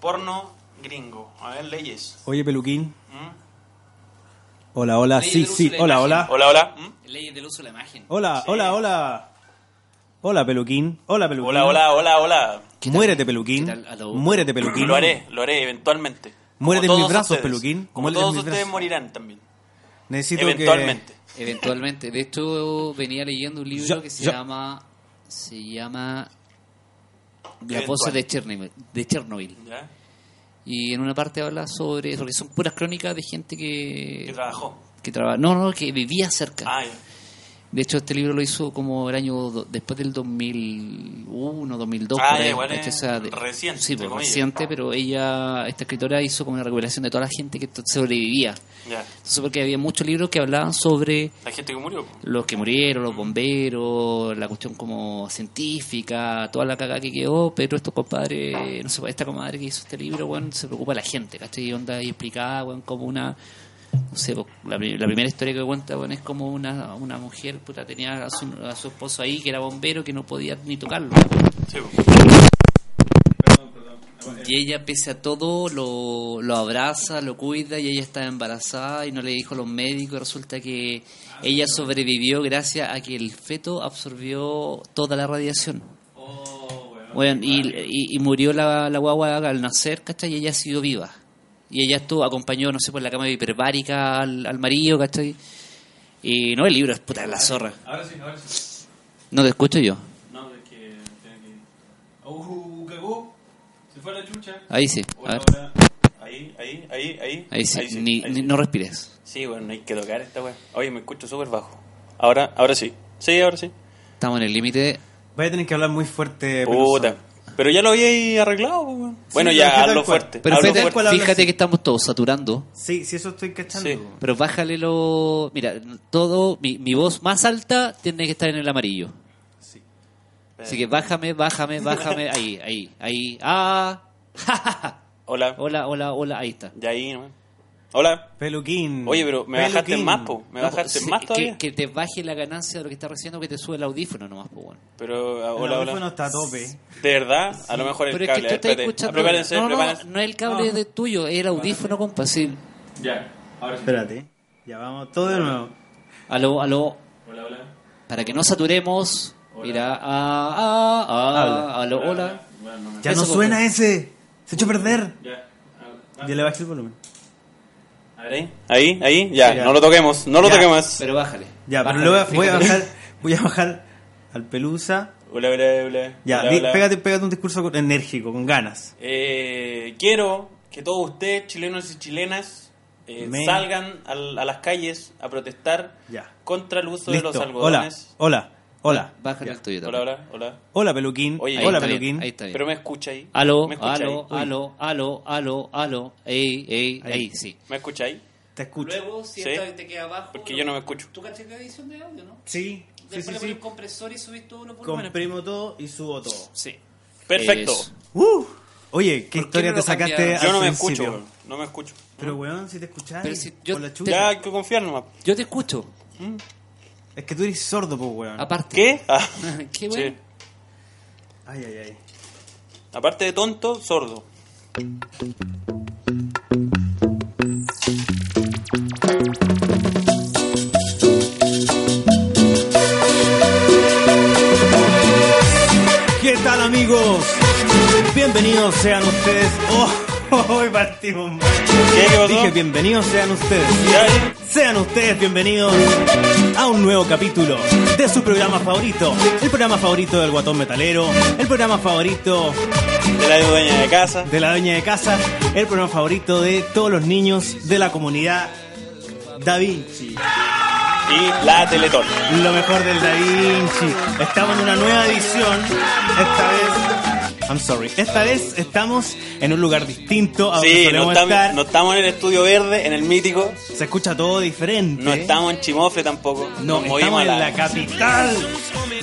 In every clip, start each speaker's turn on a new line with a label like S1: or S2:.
S1: Porno gringo. A ver, leyes.
S2: Oye, Peluquín.
S1: ¿Mm?
S2: Hola, hola,
S3: Ley
S2: sí,
S3: del uso
S2: sí.
S3: de la
S2: Hola,
S3: imagen.
S2: hola.
S1: Hola, hola. ¿Mm?
S3: Leyes del uso de la imagen.
S2: Hola, hola, hola. Hola, Peluquín. Hola, Peluquín.
S1: Hola, hola, hola, hola.
S2: ¿Qué tal? Muérete,
S3: ¿Qué
S2: Peluquín.
S3: tal? Aló.
S2: Muérete, Peluquín.
S1: Lo haré, lo haré eventualmente.
S2: Muérete en
S1: Como
S2: mis
S1: todos
S2: brazos,
S1: ustedes.
S2: Peluquín.
S1: Como
S2: Muérete en
S1: todos
S2: mis
S1: ustedes
S2: brazos.
S1: morirán también.
S2: Necesito
S1: eventualmente.
S3: Eventualmente. De hecho, venía leyendo un libro
S2: Yo-
S3: que se
S2: yo-
S3: llama. Se llama. La
S1: Eventual.
S3: pose de Chernobyl, de Chernobyl.
S1: ¿Ya?
S3: Y en una parte habla sobre eso, que son puras crónicas de gente que.
S1: Que trabajó.
S3: que traba- No, no, que vivía cerca.
S1: Ah, ya.
S3: De hecho, este libro lo hizo como el año do- después del 2001, 2002.
S1: Ah,
S3: por ahí,
S1: igual es
S3: ¿cachai? O sea, de-
S1: reciente,
S3: Sí,
S1: entre
S3: pues,
S1: comillas.
S3: reciente, pero ella, esta escritora, hizo como una recopilación de toda la gente que t- sobrevivía.
S1: ya.
S3: Entonces, porque había muchos libros que hablaban sobre
S1: La gente que murió.
S3: los que murieron, los bomberos, la cuestión como científica, toda la caga que quedó, pero estos compadres, no sé, esta comadre que hizo este libro, weón, se preocupa de la gente, ¿cachai? Y onda y explicada, weón, como una, no sé, po, la, pri- la primera historia que cuenta, weón, es como una, una mujer, puta, tenía a su, a su esposo ahí, que era bombero, que no podía ni tocarlo.
S1: Sí, po.
S3: Y ella, pese a todo, lo, lo abraza, lo cuida y ella está embarazada y no le dijo a los médicos. Resulta que ella sobrevivió gracias a que el feto absorbió toda la radiación. Bueno, y, y- y murió la, la guagua al nacer, ¿cachai? Y ella siguió viva. Y ella estuvo, acompañó, no sé, por la cama hiperbárica al, al marido, ¿cachai? Y no, el libro es puta la zorra.
S1: Ahora sí, ahora sí.
S3: No te escucho yo.
S1: No, es que tiene que. ¡Uh, cagó! Se fue la chucha.
S3: Ahí sí. A
S1: Hola,
S3: ver.
S1: hola. Ahí, ahí, ahí, ahí.
S3: Ahí sí. Ni-
S1: ahí
S3: ni-
S1: sí.
S3: no respires.
S1: Sí, bueno, hay que tocar esta weá. Oye, me escucho súper bajo. Ahora, ahora sí. Sí, ahora sí.
S3: Estamos en el límite
S2: Voy a tener que hablar muy fuerte.
S1: Puta.
S2: Peluso.
S1: Pero ya lo había arreglado, po, weón. Bueno,
S2: pero es que
S1: ya,
S2: tal
S1: hazlo
S2: cual.
S1: fuerte.
S3: Pero
S1: hazlo
S3: fíjate,
S2: fuerte. ¿Cuál habla
S3: fíjate
S2: así?
S3: que estamos todos saturando.
S2: Sí, sí, eso estoy cachando.
S1: Sí.
S3: Pero bájale lo. Mira, todo. Mi, mi voz más alta tiene que estar en el amarillo. Así que bájame, bájame, bájame. ahí, ahí, ahí. ¡Ah!
S1: Hola.
S3: Hola, hola, hola. Ahí está.
S1: De ahí, ¿no? Hola.
S2: Peluquín.
S1: Oye, pero me bajaste
S2: Mm. Peluquín.
S1: más, po. Me
S3: No, pues,
S1: bajaste
S3: sí,
S1: más
S3: que-
S1: todavía.
S3: Que, te baje la ganancia de lo que estás recibiendo, que te sube el audífono nomás, pues bueno.
S1: Pero, ah,
S2: El
S1: hola,
S2: audífono
S1: hola.
S2: está a tope.
S1: De verdad, a lo mejor el
S3: Pero
S1: cable.
S3: es que tú
S1: a ver,
S3: estás
S1: espérate.
S3: escuchando.
S1: Ah, prepárense,
S3: no, no,
S1: prepárense.
S3: no es el cable de tuyo, es el audífono, compa. Sí.
S1: Ya, ahora
S2: Espérate. Ya vamos, todo de nuevo.
S3: Aló, aló.
S1: Hola, hola.
S3: Para que no saturemos. Mira, ah, ah, ah,
S2: Habla.
S3: aló, hola.
S2: Ya
S3: Eso,
S2: no
S3: po.
S2: suena ese. Se echó a perder.
S1: Ya.
S2: Ya le bajé el volumen.
S1: Ahí, ahí, ahí, ya,
S2: Ya.
S1: no lo toquemos, no lo
S3: Ya,
S1: toquemos.
S3: Pero bájale.
S2: Ya, pero
S3: Bájale,
S2: lo voy a, voy a
S3: fíjate.
S2: bajar. Voy a bajar al Pelusa.
S1: Hola, hola, hola.
S2: Ya,
S1: hola,
S2: di-
S1: hola.
S2: Pégate, pégate un discurso con- enérgico, con ganas.
S1: Eh, quiero que todos ustedes, chilenos y chilenas, eh,
S2: Me-
S1: salgan al- a, las calles a protestar
S2: Ya.
S1: contra el uso
S2: Listo.
S1: de los
S2: Hola,
S1: algodones.
S2: hola, hola.
S3: Bájale el tuyo
S1: Hola,
S3: también.
S1: hola, hola.
S2: Hola, Peluquín.
S1: Oye,
S3: Ahí
S2: hola,
S3: está bien,
S2: Peluquín.
S3: Ahí está bien.
S1: Pero me escucha ahí.
S3: Aló,
S1: ¿Me escucha
S3: aló,
S1: ahí?
S3: aló, aló, aló, aló. Ey, ey,
S2: Ahí.
S3: ey, sí.
S1: ¿Me escucha ahí?
S2: Te escucho.
S3: si
S1: Sí. esta
S3: te queda abajo.
S1: Porque yo no me escucho.
S3: ¿Tú caché la edición de audio, no?
S2: Sí, sí, sí, sí.
S3: compresor y subís todos los
S2: Comprimo todo y subo todo.
S3: Sí.
S1: Perfecto.
S3: Eso.
S2: Uh, oye, qué
S3: ¿Por qué
S2: historia
S3: no
S2: te
S3: lo
S2: sacaste
S3: cambiaron?
S2: al
S1: Yo no me
S2: principio?
S1: escucho, weón, no me escucho.
S2: Pero weón, si te escuchás
S3: Pero si yo
S2: por la
S3: te-
S2: chucha.
S1: Ya hay que confiar nomás.
S3: Yo te escucho,
S2: Es que tú eres sordo, pues weón.
S3: aparte.
S1: ¿Qué? Ah,
S3: Qué
S1: sí.
S3: bueno.
S2: Ay, ay, ay.
S1: Aparte de tonto, sordo.
S2: ¿Qué tal amigos? Bienvenidos sean ustedes. Oh, hoy partimos mal.
S1: ¿Qué? ¿Qué pasó?
S2: Dije bienvenidos sean ustedes.
S1: Ya, ya.
S2: Sean ustedes bienvenidos a un nuevo capítulo de su programa favorito. El programa favorito del guatón metalero. El programa favorito
S1: De la dueña de casa.
S2: de la dueña de casa. El programa favorito de todos los niños de la comunidad Da Vinci.
S1: y la Teletón.
S2: Lo mejor del Da Vinci. Estamos en una nueva edición. Esta vez I'm sorry. Esta vez estamos en un lugar distinto a donde
S1: Sí, no
S2: solemos
S1: estamos,
S2: estar.
S1: no estamos en el estudio verde, en el mítico.
S2: Se escucha todo diferente.
S1: No estamos en Chimofle tampoco.
S2: No,
S1: Nos movimos
S2: estamos
S1: a
S2: en
S1: la-
S2: la capital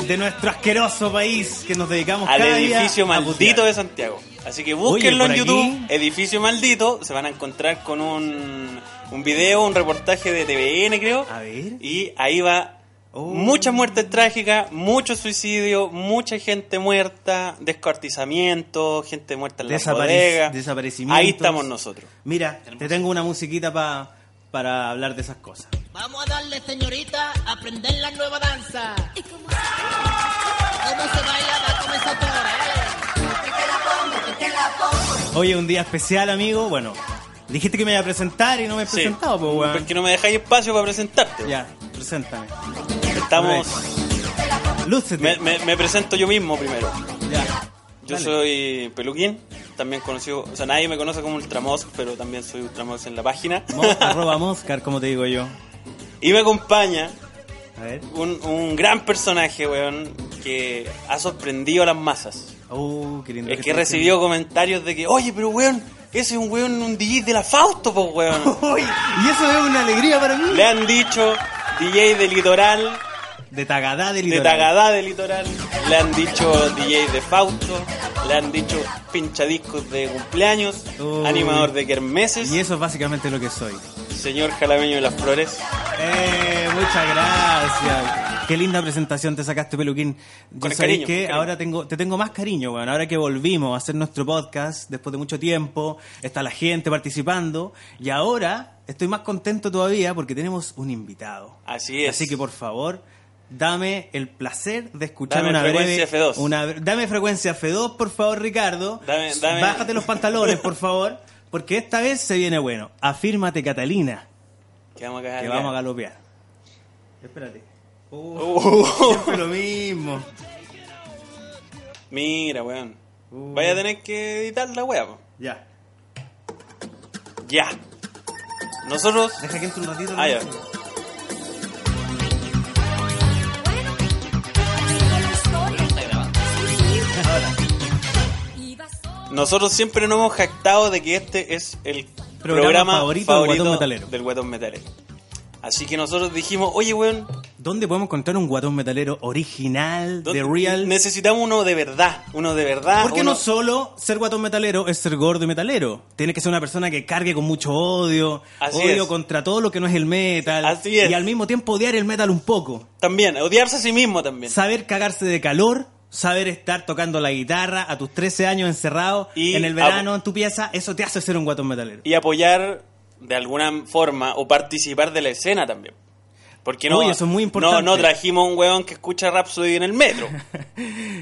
S2: de nuestro asqueroso país que nos dedicamos
S1: al
S2: cada día
S1: edificio
S2: a
S1: maldito
S2: bucear.
S1: de Santiago. Así que búsquenlo
S2: Oye,
S1: en
S2: por aquí-
S1: YouTube, edificio maldito, se van a encontrar con un, un video, un reportaje de TVN creo.
S2: A ver.
S1: Y ahí va
S2: Oh.
S1: muchas muertes trágicas, muchos suicidios, mucha gente muerta, descuartizamiento, gente muerta en la
S2: Desapare-
S1: bodega.
S2: desaparecimientos.
S1: Ahí estamos nosotros.
S2: Mira, te tengo una musiquita pa- para hablar de esas cosas.
S4: Vamos a darle, señorita, a aprender la nueva danza. ¿Cómo se baila? Va a comenzar por ahora, ¿eh?
S2: Oye, un día especial, amigo. Bueno, dijiste que me iba a presentar y no me he
S1: Sí.
S2: presentado, pues, weón.
S1: Porque no me dejáis espacio para presentarte.
S2: Ya, preséntame.
S1: Estamos.
S2: Lúcete.
S1: Me, me- me presento yo mismo primero.
S2: Ya.
S1: Yo
S2: Dale.
S1: soy Peluquín, también conocido, o sea, nadie me conoce como Ultramosk, pero también soy Ultramosk en la página.
S2: Mo- arroba Moscar, como te digo yo.
S1: y me acompaña
S2: A ver.
S1: un, un gran personaje, weón, que ha sorprendido a las masas.
S2: Uh, qué lindo.
S1: Es
S2: que
S1: que
S2: estés
S1: recibió comentarios de que, oye, pero weón, ese es un weón, un DJ de la Fausto, pues weón.
S2: haciendo. Uy, y eso es una alegría para mí.
S1: Le han dicho DJ de Litoral,
S2: De Tagadá del
S1: de
S2: Litoral.
S1: Tagadá de Litoral, le han dicho DJ de Fausto, le han dicho pinchadiscos de cumpleaños,
S2: Uy.
S1: animador de kermeses.
S2: Y eso es básicamente lo que soy.
S1: Señor Jalameño de las Flores.
S2: Eh, muchas gracias. Qué linda presentación te sacaste, Peluquín. Yo
S1: Con el
S2: sabéis
S1: cariño,
S2: que
S1: con el cariño.
S2: ahora tengo, te tengo más cariño, weón. Ahora que volvimos a hacer nuestro podcast después de mucho tiempo, está la gente participando y ahora estoy más contento todavía porque tenemos un invitado.
S1: Así es.
S2: Así que por favor, dame el placer de escuchar
S1: Dame
S2: una
S1: frecuencia
S2: breve,
S1: F2.
S2: una bre- dame frecuencia F2, por favor, Ricardo.
S1: Dame- dame-
S2: Bájate los pantalones, por favor, porque esta vez se viene bueno. Afírmate, Catalina.
S1: Que vamos a cagar.
S2: Que vamos a galopear. Espérate.
S1: Ah, Uh.
S2: Siempre lo mismo.
S1: Mira, weón.
S2: Uh.
S1: Vaya a tener que editar la weá, po.
S2: Ya.
S1: Ya. Nosotros.
S2: Deja que entre un ratito.
S1: Ah, ya. Nosotros siempre nos hemos jactado de que este es el
S2: Programa
S1: programa,
S2: favorito
S1: favorito,
S2: del Guatón Metalero.
S1: del Guatón Metalero. Así que nosotros dijimos, oye, weón,
S2: ¿Dónde podemos encontrar un guatón metalero original, de
S1: ¿dónde-
S2: real?
S1: necesitamos uno de verdad, uno de verdad.
S2: Porque
S1: uno-
S2: no solo ser guatón metalero es ser gordo y metalero. Tiene que ser una persona que cargue con mucho odio.
S1: Así
S2: odio
S1: es.
S2: contra todo lo que no es el metal.
S1: Así es.
S2: Y al mismo tiempo odiar el metal un poco.
S1: También, odiarse a sí mismo también.
S2: Saber cagarse de calor. Saber estar tocando la guitarra a tus 13 años encerrado
S1: Y
S2: en el verano en tu pieza, eso te hace ser un guatón metalero.
S1: y apoyar de alguna forma o participar de la escena también. Porque no,
S2: Uy, eso es muy
S1: no,
S2: importante.
S1: no trajimos un weón que escucha Rhapsody en el metro.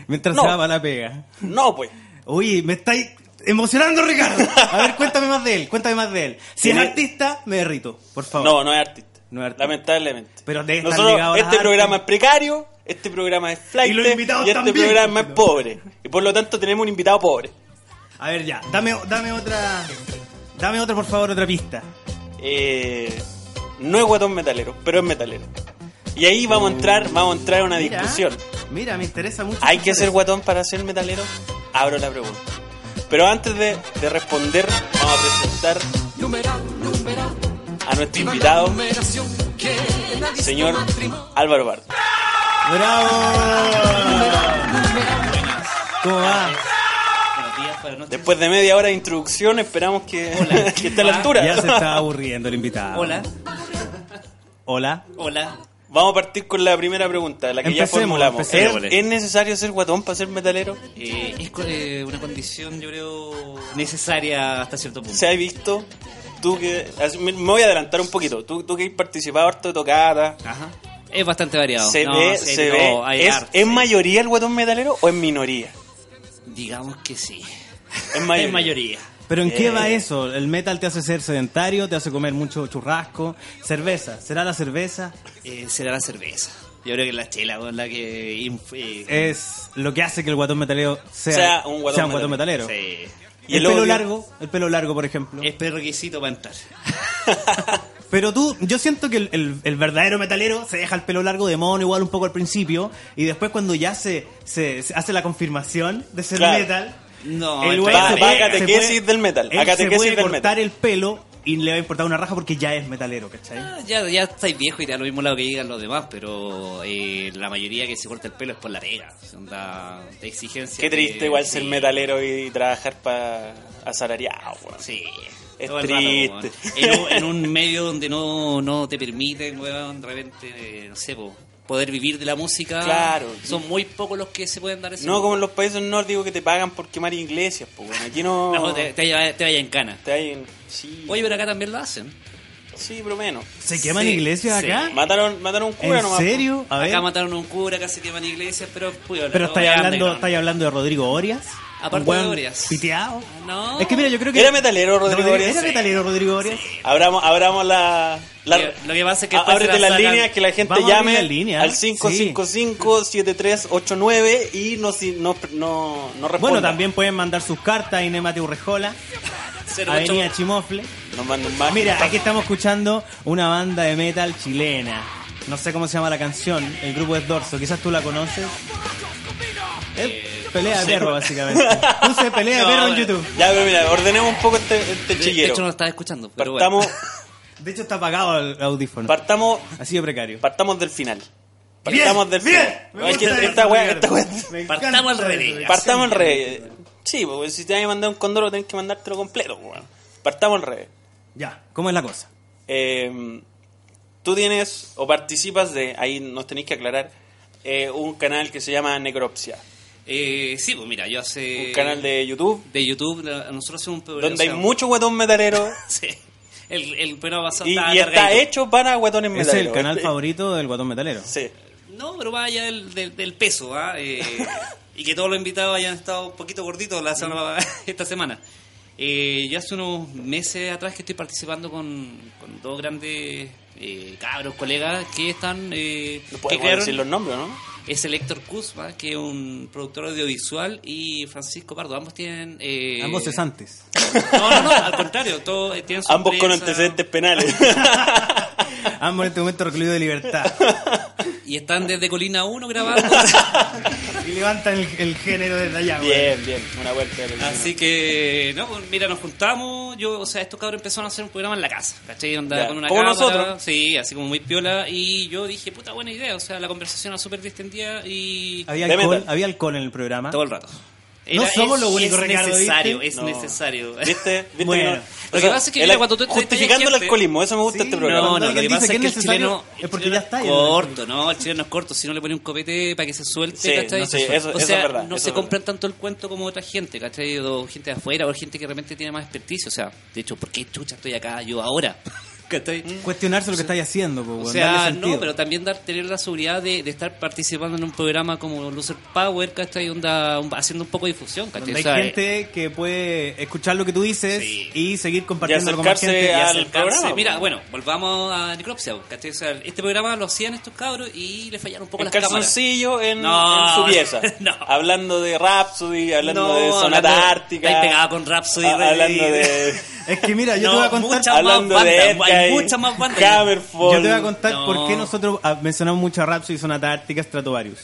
S2: Mientras
S1: No.
S2: se va para la pega.
S1: No, pues.
S2: Oye, me estáis emocionando, Ricardo. A ver, cuéntame más de él, cuéntame más de él. Si es
S1: Tiene-
S2: artista, me derrito, por favor.
S1: No, no es artista.
S2: No es artista.
S1: Lamentablemente.
S2: Pero debe estar
S1: Nosotros,
S2: ligado a las
S1: este
S2: artes.
S1: programa es precario, este programa es flight
S2: Y los invitados
S1: este
S2: también.
S1: programa es pobre. Y por lo tanto tenemos un invitado pobre.
S2: A ver, ya, dame, dame otra. Dame otra, por favor, otra pista.
S1: Eh, no es guatón metalero, pero es metalero. Y ahí vamos a entrar, vamos a entrar en una
S2: Mira,
S1: discusión.
S2: Mira, me interesa mucho.
S1: ¿Hay que ser guatón para ser metalero? Abro la pregunta. Pero antes de, de responder, vamos a presentar a nuestro invitado, señor Álvaro Bart.
S2: ¡Bravo! ¿Cómo va?
S3: Buenos días, buenas noches.
S1: Después de media hora de introducción, esperamos que, que esté a la altura.
S2: Ah, Ya se está aburriendo el invitado.
S3: Hola,
S2: Hola.
S3: hola.
S1: Vamos a partir con la primera pregunta, la que
S2: Empecemos,
S1: ya formulamos. ¿Es,
S2: empecemos.
S1: es necesario ser guatón para ser metalero?
S3: Eh, es co- eh, una condición, yo creo, necesaria hasta cierto punto.
S1: ¿Se ha visto? Tú que, as- me me voy a adelantar un poquito. Tú, tú que has participado harto de tocata.
S3: Ajá. Es bastante variado.
S1: Se
S3: No,
S1: ve,
S3: sí,
S1: se
S3: no,
S1: ve.
S3: hay
S1: ¿Es,
S3: arte,
S1: ¿es
S3: sí.
S1: mayoría el guatón metalero o es minoría?
S3: Digamos que sí.
S1: Es mayoría.
S3: Es mayoría.
S2: ¿Pero en qué
S1: Eh.
S2: va eso? El metal te hace ser sedentario, te hace comer mucho churrasco. Cerveza, ¿será la cerveza?
S3: Eh, será la cerveza. Yo creo que la chela, weón, la que. inf- eh,
S2: es lo que hace que el guatón metalero sea,
S1: Sea un guatón
S2: metalero.
S3: sí.
S1: Y el
S2: el, pelo
S1: odio.
S2: largo, el pelo largo, por ejemplo.
S3: Es prerequisito para entrar.
S2: Pero tú, yo siento que el, el- el verdadero metalero se deja el pelo largo de mono igual un poco al principio y después cuando ya se, se, se hace la confirmación de ser
S1: Claro.
S2: metal,
S3: No,
S2: El
S3: esto-
S2: weón
S1: Va-
S2: se
S1: va
S2: puede-
S1: a catequesis
S2: se puede-
S1: del metal, a
S2: él se
S1: catequesis
S2: puede
S1: del
S2: cortar el pelo y le va a importar una raja porque ya es metalero, ¿cachai?
S3: ya, ya estáis viejo y da lo mismo lado que digan los demás, pero eh, la mayoría que se corta el pelo es por la pega. Son da de exigencia.
S1: Qué
S3: que-
S1: triste igual ser
S3: sí,
S1: metalero y trabajar para asalariado, weón.
S3: Sí.
S1: Es
S3: todo el rato,
S1: triste.
S3: weón. en, un, en un medio donde no, no te permiten, weón, de repente, eh, no sé, po, poder vivir de la música.
S1: Claro.
S3: Son muy pocos los que se pueden dar ese.
S1: No
S3: lujo.
S1: como en los países nórdicos que te pagan por quemar iglesias, pues bueno, aquí no...
S3: No, te, te vaya- te vaya en cana.
S1: Te hay en- Sí,
S3: Oye, pero acá también lo hacen.
S1: sí, pero menos.
S2: ¿Se queman
S3: Sí,
S2: iglesias
S3: sí.
S2: acá?
S1: Mataron, mataron un cura
S2: ¿En
S1: nomás.
S2: serio? A ver.
S3: Acá mataron a un cura, acá se queman iglesias, pero... puta,
S2: Pero
S3: no,
S2: estáis
S3: es
S2: hablando,
S3: underground.
S2: estáis hablando de Rodrigo Orias.
S3: Aparte
S2: un weón
S3: de Orias.
S2: Piteado.
S3: No.
S2: Es que mira, yo creo que.
S1: ¿Era metalero Rodrigo Orias?
S2: ¿Era
S1: Sí.
S2: metalero Rodrigo Orias?
S1: Abramos, abramos la, la-
S3: Lo que- lo que pasa es que
S1: a-
S3: después
S1: ábrete
S3: se la
S1: las
S3: sacan.
S1: líneas que la gente
S2: Vamos a abrir
S1: llame
S2: las líneas.
S1: al
S2: Sí.
S1: 555-7389 y no, si- no, no, no responda.
S2: Bueno, también pueden mandar sus cartas a Inema Urrejola,
S3: Cero ocho-
S2: Avenida Chimofle.
S1: Nos mandan más.
S2: Mira, aquí estamos escuchando una banda de metal chilena. No sé cómo se llama la canción, el grupo es Dorso, quizás tú la conoces. Es pelea de perro, básicamente. Puse pelea de
S3: No,
S2: perro en
S3: bueno.
S2: YouTube.
S1: Ya, pero mira, ordenemos un poco este, este
S3: De, de
S1: chillero.
S3: hecho no lo estaba escuchando, pero
S1: partamos,
S3: bueno.
S2: De hecho, está apagado el audífono.
S1: partamos,
S2: ha sido precario.
S1: partamos del final. Partamos del final.
S2: Me
S1: Es que
S2: gusta
S1: esta
S2: eso,
S1: weá-
S2: Miguel.
S1: esta weá-
S2: Me
S3: Partamos
S2: encanta
S3: al
S2: eso.
S3: revés.
S1: Partamos al revés. Sí, porque si te vas a mandar un condoro, tenés que mandártelo completo, weón. Partamos al revés.
S2: Ya, ¿cómo es la cosa?
S1: Eh, tú tienes o participas de, ahí nos tenéis que aclarar, eh, un canal que se llama Necropsia.
S3: Eh, sí, pues mira, yo hace...
S1: Un canal de YouTube
S3: de YouTube, la- nosotros hacemos un programa...
S1: donde hay mucho guatón metalero
S3: Sí. El, el programa pasado
S1: y,
S3: estaba
S1: y está
S3: cargadito.
S1: hecho para guatones
S2: Es
S1: metaleros.
S2: el canal favorito del guatón metalero.
S1: Sí.
S3: No, pero más allá del, del, del peso, ¿ah? Eh, y que todos los invitados hayan estado un poquito gorditos la semana-
S1: Mm.
S3: esta semana. Eh, yo hace unos meses atrás que estoy participando con, con dos grandes eh, cabros, colegas, que están... Eh,
S1: No
S3: que
S1: podemos
S3: crearon-
S1: decir los nombres, ¿no?
S3: es el Héctor Kuzma, que es un productor audiovisual, y Francisco Pardo. Ambos tienen... eh,
S2: Ambos cesantes.
S3: No, no, no, al contrario. Todos eh, tienen su
S1: Ambos con
S3: empresa.
S1: antecedentes penales.
S3: Ah,
S2: Ambos en este momento recluidos de libertad.
S3: Y están desde Colina 1 grabando.
S2: Y levantan el, el género desde allá, güey.
S1: bien, bien. Una vuelta. de la
S3: Así que, no, pues, mira, nos juntamos. Yo, o sea, estos cabros empezaron a hacer un programa en la casa, ¿cachai? Onda
S1: Ya,
S3: con una
S1: como
S3: cámara,
S1: nosotros.
S3: Sí, así como muy piola. Y yo dije, puta, buena idea. O sea, la conversación era súper distendida y.
S2: Había
S1: De
S2: alcohol,
S1: metal.
S2: había alcohol en el programa.
S3: todo el rato.
S2: No somos los únicos,
S3: Es
S2: Ricardo,
S3: necesario,
S2: ¿viste?
S3: es
S1: No.
S3: necesario.
S1: ¿Viste? ¿Viste
S2: Bueno.
S1: que no?
S2: Lo
S3: que pasa es que, mira, cuando tú- tú-
S1: Justificando el
S3: gente-
S1: alcoholismo, eso me gusta
S2: Sí,
S1: este
S2: Pero
S3: No,
S1: programa.
S2: cuando
S3: no, lo
S2: alguien
S3: que pasa
S2: dice
S3: es que
S2: que
S3: el
S2: es necesario,
S3: chileno
S2: es porque ya está,
S3: el
S2: ya
S3: chileno
S2: no
S3: es
S2: hay
S3: corto, no, el chileno es corto, si no le pone un copete para que se suelte,
S1: Sí,
S3: ¿cachai?
S1: no, sí, eso-
S3: o
S1: eso
S3: sea,
S1: es verdad,
S3: no
S1: eso
S3: se
S1: es
S3: compran tanto el cuento como otra gente, ¿cachai? O gente de afuera o gente que realmente tiene más experticia, o sea, de hecho, ¿por qué chucha estoy acá yo ahora? ¿Cachai?
S1: Mm.
S2: Cuestionarse lo que estáis haciendo, po,
S3: O
S2: güey,
S3: sea,
S2: darle sentido.
S3: no, pero también dar, tener la seguridad de, de estar participando en un programa como Loser Power, ¿cachai? Onda, un- haciendo un poco de difusión, ¿cachai?
S2: Donde hay
S3: O sea, eh,
S2: gente que puede escuchar lo que tú dices
S3: Sí.
S2: y seguir compartiendo con más
S1: acercarse
S2: gente.
S1: a-
S2: Ya
S1: al
S2: sé.
S3: acercarse.
S1: programa,
S3: Mira,
S1: po.
S3: bueno, volvamos a Necropsia, po, ¿cachai? O sea, este programa lo hacían estos cabros y le fallaron un poco
S1: En
S3: las cámaras.
S1: calzoncillo en,
S3: No,
S1: en su pieza.
S3: no.
S1: Hablando de Rhapsody, hablando
S3: No,
S1: de Sonata
S3: hablando de-
S1: Ártica.
S3: Está ahí pegado con Rhapsody, pues,
S1: Ah,
S3: Rey.
S1: hablando de.
S2: Es que mira, yo
S3: No,
S2: te voy a contar...
S3: mucha-
S1: hablando
S3: más
S1: de.
S3: bandas, hay
S1: Edguy,
S3: muchas más bandas.
S1: Hammerfall.
S2: Yo te voy a contar
S3: No.
S2: por qué nosotros ah, mencionamos mucho a Rhapsody, Sonata Ártica, Stratovarius.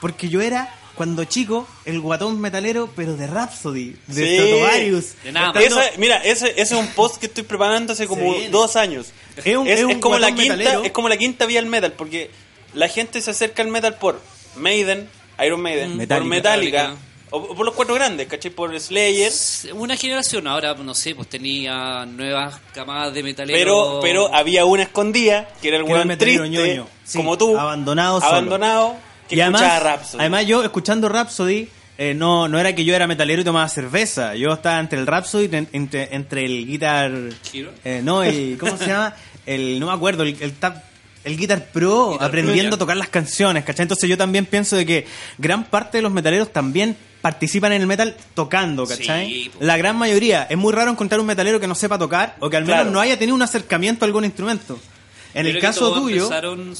S2: Porque yo era, cuando chico, el guatón metalero, pero de Rhapsody, de
S1: Sí.
S2: Stratovarius.
S3: De nada más.
S2: Estando-
S1: Esa- mira, ese, ese es un post que estoy preparando hace como
S2: viene.
S1: dos años.
S2: Es un- es un
S1: como la
S2: guatón
S1: quinta,
S2: metalero.
S1: es como la quinta vía del metal, porque la gente se acerca al metal por Maiden, Iron Maiden,
S2: Metallica.
S1: por Metallica,
S3: Metallica.
S1: O, o por los cuatro grandes, ¿cachai? Por Slayer.
S3: Una generación, ahora no sé, pues tenía nuevas camadas de
S1: Pero,
S3: metaleros.
S1: pero había una escondida, que era el
S2: Que era
S1: weón
S2: el metalero
S1: triste,
S2: ñoño. Sí,
S1: como tú.
S2: abandonado solo.
S1: Abandonado, que
S2: y además,
S1: escuchaba Rhapsody.
S2: además yo escuchando Rhapsody, eh, no, no era que yo era metalero y tomaba cerveza. Yo estaba entre el Rhapsody, en- entre, entre el guitar...
S3: ¿Hero?
S2: eh, no, el... ¿Cómo se llama? El, no me acuerdo, el, el tap- El Guitar Pro,
S3: Guitar Pro,
S2: aprendiendo
S3: ya.
S2: a tocar las canciones, ¿cachai? Entonces yo también pienso de que gran parte de los metaleros también participan en el metal tocando, ¿cachai?
S3: Sí, po.
S2: La gran mayoría. Es muy raro encontrar un metalero que no sepa tocar o que al menos
S1: Claro.
S2: no haya tenido un acercamiento a algún instrumento. En
S3: Yo
S2: el
S3: creo que
S2: caso
S3: todos
S2: tuyo,
S3: empezaron-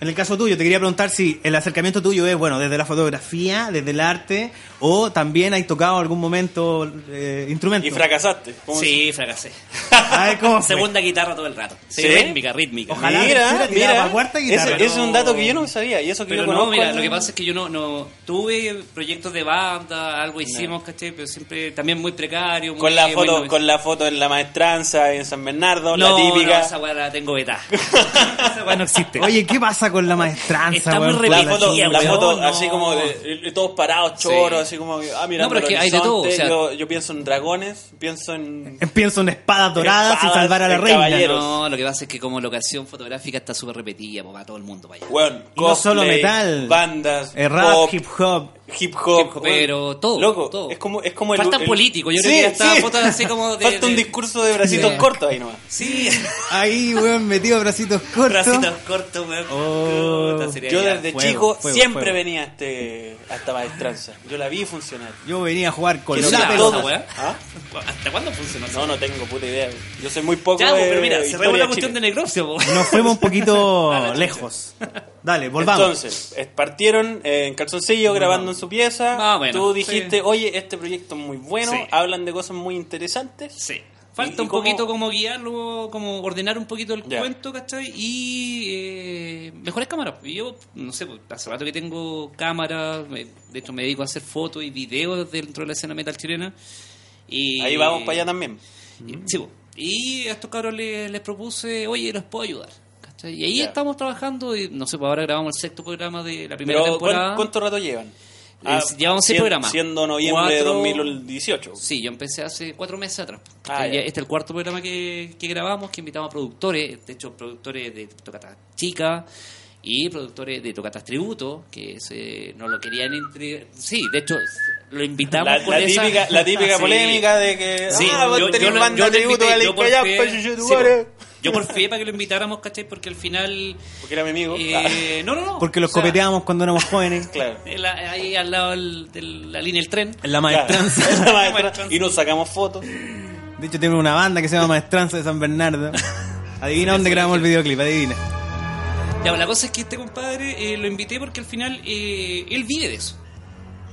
S2: en el caso tuyo, te quería preguntar si el acercamiento tuyo es, bueno, desde la fotografía, desde el arte, o también hay tocado algún momento eh, instrumento.
S1: Y fracasaste. Como
S3: Sí, fracasé.
S2: A ver cómo fue.
S3: Segunda guitarra todo el rato. Sí,
S1: ¿Sí?
S3: rítmica, rítmica.
S2: Ojalá
S1: mira,
S2: tercera tiraba
S1: mira.
S2: pa' cuarta guitarra,
S1: ese,
S2: pero-
S1: ese es un dato que yo no sabía. Y eso que
S3: Pero
S1: yo conozco
S3: no, mira,
S1: al-
S3: lo que pasa es que yo no, no tuve proyectos de banda, algo hicimos, ¿cachai? Pero siempre también muy precario. muy-
S1: Con la,
S3: muy
S1: foto,
S3: novedoso.
S1: con la foto en la maestranza, en San Bernardo,
S3: no,
S1: la típica.
S3: No, esa weá la tengo vetada. esa weá no existe.
S2: Oye, ¿qué pasa con la maestranza,
S3: Está muy
S2: weón?
S3: re-
S1: la
S3: Tía,
S1: foto, la
S3: weón,
S1: foto
S3: no.
S1: así como de, de todos parados, choros, así como, ah, mira,
S3: No, pero es que hay de todo, o sea-
S1: yo, yo pienso en dragones, pienso en...
S2: Pienso en espadas doradas y
S1: Espadas
S2: salvar a la
S1: de
S2: reina.
S1: caballero.
S3: No, lo que pasa es que como locación fotográfica está súper repetida, pues va todo el mundo para allá.
S1: Weón,
S2: Y no solo
S1: cosplay,
S2: metal.
S1: Bandas,
S2: Eh, rap,
S1: pop,
S2: hip hop.
S1: hip hop,
S3: Hip hopero,
S1: weón.
S3: todo,
S1: Loco,
S3: todo.
S1: es como, es como
S3: Faltan
S1: el,
S3: políticos, yo creo que hasta fotos así como de-
S1: Falta un
S3: de-
S1: discurso de bracitos
S3: Sí.
S1: cortos ahí nomás.
S3: Sí,
S2: Ahí, weón, metido bracitos cortos.
S3: bracitos cortos, weón.
S2: Oh.
S3: Puta, sería
S1: Yo
S3: ya.
S1: desde
S2: fuego,
S1: chico
S2: fuego,
S1: siempre
S2: fuego.
S1: venía a, este, a esta maestranza. Yo la vi funcionar.
S2: Yo venía a jugar con
S3: Quiero
S2: la
S3: la
S2: pelota.
S3: esa weá.
S1: ¿Ah?
S3: ¿Hasta cuándo funciona eso?
S1: No, no tengo puta idea. Yo soy muy poco
S3: Ya,
S1: de
S3: pues, pero mira,
S1: historia
S3: cerremos
S1: de
S3: la cuestión
S1: Chile.
S3: de necropsia, po.
S2: Nos fuimos un poquito lejos. Dale, volvamos.
S1: Entonces, eh, partieron eh, en calzoncillo grabando en su pieza.
S3: Más o menos,
S1: Tú
S3: Ah, sí.
S1: dijiste, oye, este proyecto es muy bueno,
S3: Sí.
S1: hablan de cosas muy interesantes.
S3: Sí.
S1: ¿Y-
S3: Falta
S1: y
S3: un
S1: cómo-
S3: poquito como guiarlo, como ordenar un poquito el
S1: Ya.
S3: cuento, ¿cachai? Y eh, mejores cámaras. Y Yo, no sé, pues, hace rato que tengo cámaras, me- de hecho me dedico a hacer fotos y videos dentro de la escena metal chilena. Y,
S1: Ahí vamos para allá también.
S3: Y, sí, po. y a estos cabros les, les propuse, oye, los puedo ayudar. ¿cachai? Y ahí
S1: Ya.
S3: estamos trabajando, y no sé, pues ahora grabamos el sexto programa de la primera
S1: Pero,
S3: temporada.
S1: ¿cuán- ¿cuánto rato llevan?
S3: Eh, llevamos seis
S1: sien-
S3: programas.
S1: Siendo noviembre
S3: Cuatro-
S1: de 2018.
S3: Sí, yo empecé hace cuatro meses atrás.
S1: Ah,
S3: Ya,
S1: ya.
S3: Este es el cuarto programa que, que grabamos, que invitamos a productores, de hecho productores de Tocatas Chica y productores de Tocatas Tributo, que se, no lo querían... entre- Sí, de hecho lo invitamos
S1: La,
S3: con
S1: la
S3: esa-
S1: típica, la típica
S3: Sí.
S1: polémica de que
S3: Sí,
S1: ah, vos
S3: yo,
S1: tenés
S3: yo lo-
S1: banda
S3: yo lo
S1: tributo
S3: invité,
S1: a la
S3: yo
S1: Icayapa,
S3: porfié-
S1: Yuyu,
S3: sí,
S1: Tucumán.
S3: po. yo porfié para que lo invitáramos, ¿cachai? Porque al final...
S1: Porque era mi amigo.
S3: eh, no, no, no.
S2: Porque los
S3: o sea,
S2: copeteábamos cuando éramos jóvenes.
S1: Ah, claro.
S3: en la- ahí al lado del- de la línea del tren.
S2: En la maestranza.
S1: Claro.
S3: Maestranza.
S1: y nos sacamos fotos.
S2: De hecho, tiene una banda que se llama Maestranza de San Bernardo. Adivina dónde grabamos el videoclip, adivina.
S3: Ya, pues, la cosa es que este compadre eh, lo invité porque al final eh, él vive de eso.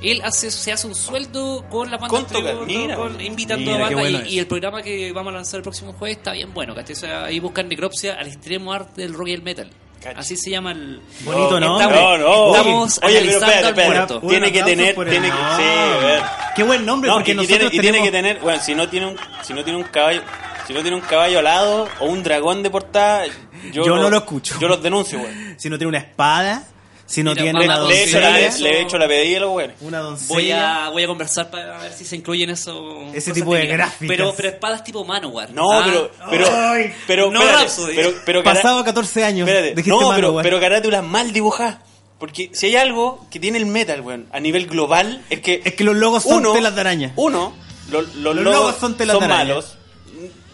S3: Él hace, se hace un sueldo con la banda
S1: Con tocar, mira, mira.
S3: invitando
S2: Mira,
S3: a
S2: qué
S3: banda
S2: bueno
S3: y-
S2: es.
S3: y, el programa que vamos a lanzar el próximo jueves está bien bueno, ¿cachai? O sea, ahí buscan necropsia al extremo arte del rock y el metal.
S1: Cacha.
S3: Así se llama el...
S2: Bonito, ¿no?
S3: Estamos,
S1: No, no.
S3: estamos
S1: Oye, pero
S3: analizando
S1: espérate,
S3: al
S1: espérate.
S3: muerto.
S1: Tiene que tener- tiene que- sí, weón.
S2: ser. Qué buen nombre,
S1: No,
S2: porque
S1: y,
S2: nosotros
S1: tiene, y tiene
S2: tenemos-
S1: que tener, bueno, si no tiene un, si no tiene un caballo, si no tiene un caballo alado o un dragón de portada, yo,
S2: Yo no lo escucho.
S1: Yo los denuncio, güey.
S2: Si no tiene una espada, si no
S3: Mira,
S2: tiene
S3: vamos
S2: una
S3: a-
S1: Le he hecho la,
S2: doncella,
S3: Doncella.
S1: le he hecho la pedida a los güeyes.
S2: una doncella.
S3: Voy a, voy a conversar para ver si se incluyen eso.
S2: Ese
S3: cosas
S2: tipo de
S3: técnicas.
S2: gráficas.
S3: Pero, pero espadas tipo Manowar.
S1: No,
S3: Ah,
S1: pero, pero,
S2: Ay. eh.
S1: pero,
S3: No,
S1: espérate,
S3: Rhapsody.
S1: pero, pero, cara-
S2: Pasado 14 años,
S1: espérate,
S2: dijiste
S1: no,
S2: mano,
S1: pero,
S2: weón.
S1: pero carátulas mal dibujadas. Porque si hay algo que tiene el metal, weón, a nivel global, es que.
S2: Es que los logos son telas de araña.
S1: Uno, lo- los, logos, son,
S2: telas de araña.
S1: malos.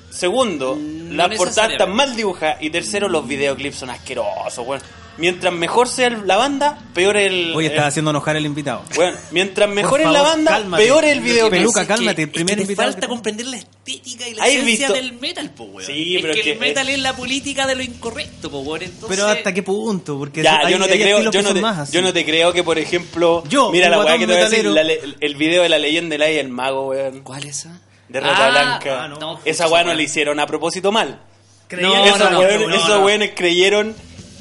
S1: Segundo, las portadas
S3: necesariamente.
S1: están mal dibujadas. Y tercero, los videoclips son asquerosos, weón. Mientras mejor sea el- la banda, peor el.
S2: Hoy estás
S1: el-
S2: haciendo enojar al invitado.
S1: Weón, mientras mejor es
S2: favor,
S1: la banda,
S2: cálmate.
S1: peor el
S2: Yo
S1: videoclip.
S2: que Peluca,
S3: Pasa es
S2: cálmate,
S3: es
S2: primer
S3: te
S2: invitado que te-
S3: falta comprender la estética y la
S1: ¿Has
S3: esencia
S1: visto?
S3: del metal, po, weón.
S1: Sí,
S3: es
S1: pero
S3: que
S1: es que
S3: el metal
S1: es-
S3: es... la política de lo incorrecto, po, weón. Entonces,
S2: Pero hasta qué punto, porque
S1: Ya,
S2: hay-
S1: yo no te
S2: hay
S1: creo,
S2: estilos
S1: yo
S2: que
S1: no
S2: son
S1: te,
S2: más así.
S1: yo no te creo que por ejemplo,
S2: Yo,
S1: mira la
S2: un
S1: weá que te voy a decir,
S2: guatón
S1: la le- el video de la leyenda del aire el mago, weón,
S3: ¿Cuál es esa?
S1: de Rata
S3: Ah,
S1: Blanca.
S3: ah, no.
S1: Esa weá no
S3: weón.
S1: le hicieron a propósito mal.
S2: Creyeron
S3: No,
S1: esos
S3: no, no,
S1: weones-
S3: no,
S1: esos
S3: no.
S1: weones creyeron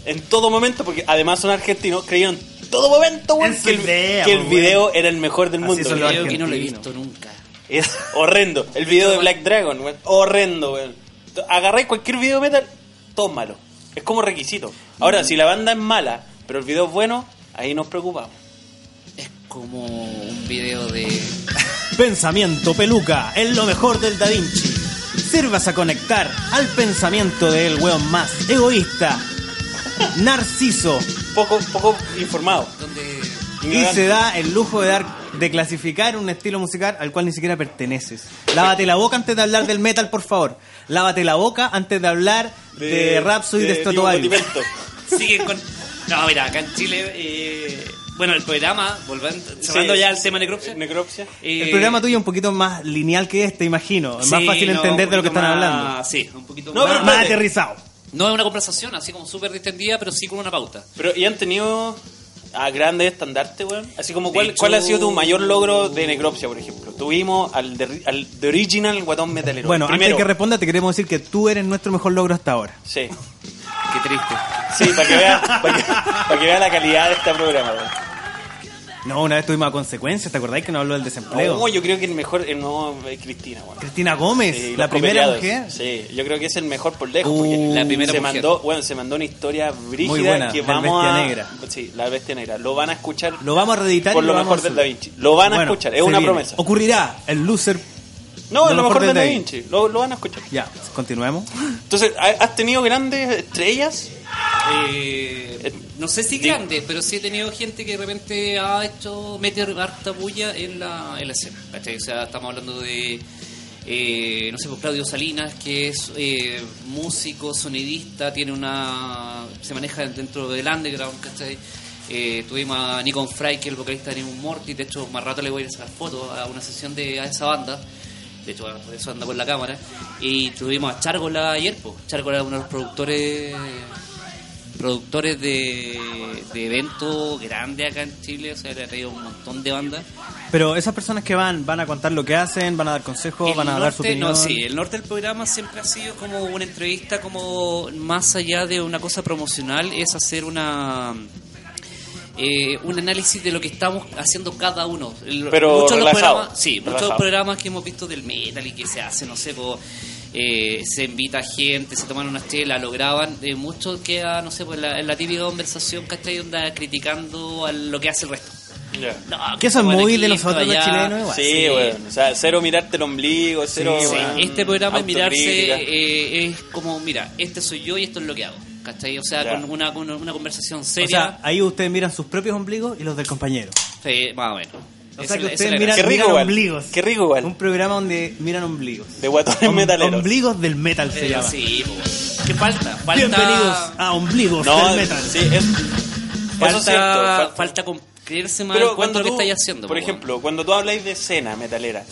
S1: en todo momento, porque además son argentinos, creyeron en todo momento, weón,
S2: En su
S1: que el,
S2: idea,
S1: que el
S2: weón.
S1: video era el mejor del
S2: Así
S1: mundo.
S2: son
S1: weón.
S2: los
S3: Creo que no lo he
S2: argentinos.
S3: visto nunca.
S1: Es horrendo. El video de Black Dragon, weón, horrendo, weón. Agarráis cualquier video metal, todo malo. Es como requisito. Ahora, si la banda es mala, pero el video es bueno, ahí nos preocupamos.
S3: Es como un video de.
S2: Pensamiento Peluca es lo mejor del Da Vinci. Sirvas a conectar al pensamiento del weón más egoísta, narciso,
S1: poco, poco informado.
S3: donde.
S2: y
S1: ignorante.
S2: se da el lujo de dar de clasificar un estilo musical al cual ni siquiera perteneces. Lávate la boca antes de hablar del metal, por favor. Lávate la boca antes de hablar de, Rhapsody de, Stratovarius.
S1: Diego Cotipelto.
S3: Siguen con. No, mira, acá en Chile. eh, Bueno, el programa, volviendo, cerrando
S1: Sí.
S3: ya el tema necropsia.
S1: Necropsia.
S3: eh,
S2: El programa tuyo es un poquito más lineal que este, imagino. Es más
S3: sí,
S2: fácil
S3: no,
S2: entender
S3: un
S2: de lo que
S3: poquito
S2: están
S3: más-
S2: hablando.
S3: Sí, un poquito
S1: No,
S3: más.
S1: pero-
S2: más
S1: espérate.
S2: aterrizado.
S3: No es una conversación así como súper distendida, pero sí con una pauta.
S1: Pero, ¿y han tenido a grande estandarte, weón. Así como, ¿cuál,
S3: hecho-
S1: ¿cuál ha sido tu mayor logro de necropsia, por ejemplo? Tuvimos al de, al de original guatón metalero.
S2: Bueno, antes
S1: primero.
S2: de que responda, te queremos decir que tú eres nuestro mejor logro hasta ahora.
S1: Sí,
S3: Qué triste.
S1: sí, para que vea, para que, para que vea la calidad de este programa, weón.
S2: No, una vez tuvimos a consecuencias, ¿te acordáis que nos habló del desempleo?
S1: No, yo creo que el mejor, el no, es Cristina, weón.
S2: Cristina Gómez,
S1: Sí,
S2: la
S1: los
S2: primera
S1: copeleados.
S2: mujer.
S1: Sí, yo creo que es el mejor por lejos.
S2: Uh,
S1: porque
S3: la primera
S1: se
S3: mujer.
S1: mandó, bueno, se mandó una historia brígida
S2: buena,
S1: que
S2: del
S1: vamos
S2: Bestia
S1: a
S2: Negra.
S1: Sí, la bestia negra. Lo van a escuchar.
S2: Lo vamos a reeditar
S1: por
S2: y
S1: lo,
S2: lo
S1: mejor
S2: vamos a
S1: de Da
S2: subir.
S1: Vinci. Lo van a
S2: Bueno,
S1: escuchar,
S2: se
S1: es una
S2: viene.
S1: promesa.
S2: Ocurrirá el loser.
S1: No,
S2: de
S1: lo mejor de Da
S2: Vinci.
S1: Vinci. Lo, lo van a escuchar.
S2: Ya, continuemos.
S1: Entonces, ¿ha- ¿has tenido grandes estrellas?
S3: Eh, no sé si grande, pero sí he tenido gente que de repente ha hecho, mete harta bulla en la, en la escena. ¿cachai? O sea, estamos hablando de, eh, no sé, pues Claudio Salinas, que es eh, músico, sonidista, tiene una se maneja dentro del underground, ¿cachai? Eh, tuvimos a Nikon Fry, que es el vocalista de Nimon Morty, de hecho, más rato le voy a hacer las fotos a una sesión de a esa banda. De hecho, por eso anda por la cámara. Y tuvimos a Chargola ayer, po. Chargola es uno de los productores productores de, de eventos grandes acá en Chile, o sea, le ha traído un montón de bandas.
S2: Pero esas personas que van, van a contar lo que hacen, van a dar consejos,
S3: El
S2: van a dar su
S3: norte-
S2: opinión.
S3: no, sí, el norte del programa siempre ha sido como una entrevista, como más allá de una cosa promocional, es hacer una eh, un análisis de lo que estamos haciendo cada uno. El-
S1: Pero
S3: muchos de los
S1: relajado,
S3: programas, sí, muchos de los
S1: relajado.
S3: programas que hemos visto del metal y que se hace, no sé, po, eh, se invita gente, se toman unas chelas, lo graban, eh, mucho queda, no sé, pues la, la típica conversación que está ahí onda criticando a lo que hace el resto. No,
S2: Que eso es
S3: bueno,
S2: muy
S3: aquí,
S2: de nosotros los
S3: allá.
S2: chilenos igual.
S1: Sí, weón. O sea, cero mirarte el ombligo, cero.
S3: Sí,
S1: weón,
S3: este programa es mirarse
S1: autocrítica.
S3: eh, es como, mira, este soy yo y esto es lo que hago. ¿Cachai? O sea,
S1: Ya.
S3: con una, con una conversación
S2: O sea,
S3: seria.
S2: ahí ustedes miran sus propios ombligos y los del compañero.
S3: eh, más o menos.
S2: O
S3: Esa
S2: sea,
S3: es
S2: que
S3: la- esa
S2: ustedes
S3: es la
S2: miran,
S1: Qué
S3: gracia.
S1: rico
S2: miran
S1: igual.
S2: ombligos.
S1: Qué rico igual.
S2: Un programa donde miran ombligos.
S1: De guatones
S2: Om-
S1: metaleros.
S2: Ombligos del metal se
S3: Eh,
S2: llama.
S3: Sí, pues, ¿qué falta? falta
S2: Bienvenidos a Ombligos
S1: No,
S2: del Metal.
S1: sí, es, eso
S3: Falta,
S1: es cierto. fal-
S3: falta con- creerse más
S1: Pero
S3: en cuanto
S1: cuando
S3: a lo
S1: tú,
S3: que estáis haciendo.
S1: por
S3: pues,
S1: ejemplo, cuando tú habláis de escena metalera,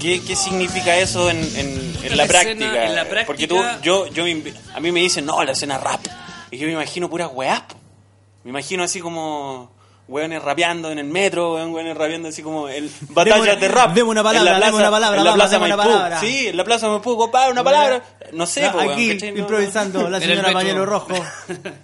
S1: ¿qué, qué significa eso en, en- en la
S3: La escena-
S1: práctica?
S3: en la práctica-
S1: Porque tú, yo, yo, me invi- a mí me dicen, no, la escena rap. Y yo me imagino puras weas. po. Me imagino así como weones rapeando en el metro, weón- weones rapeando así como el batallas
S2: Deme-
S1: de rap.
S2: deme una
S1: en
S2: palabra,
S1: la plaza-
S2: deme una palabra,
S1: en la
S2: vamos,
S1: plaza
S2: deme una
S1: Maipú.
S2: palabra.
S1: Sí, en la plaza Maipú, compadre, una palabra. No sé,
S3: pues,
S1: po, weón,
S2: Aquí
S1: ¿cachai? No, no.
S2: improvisando la
S3: En el
S2: señora
S3: metro.
S2: Pañuelo Rojo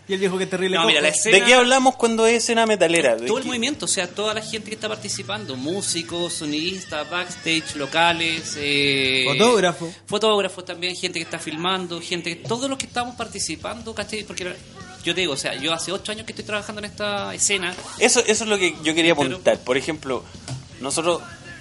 S2: y el viejo que terrible.
S3: No,
S2: cojo.
S3: mira, la escena-
S1: ¿De qué hablamos cuando es escena metalera? ¿De
S3: Todo el
S1: qué-
S3: movimiento, o sea, toda la gente que está participando, músicos, sonidistas, backstage, locales, eh,
S2: Fotógrafo.
S3: fotógrafos también, gente que está filmando, gente, todos los que estamos participando, ¿cachai? Porque yo te digo, o sea, yo hace ocho años que estoy trabajando en esta escena,
S1: Eso, eso es lo que yo quería apuntar. Por ejemplo, nosotros,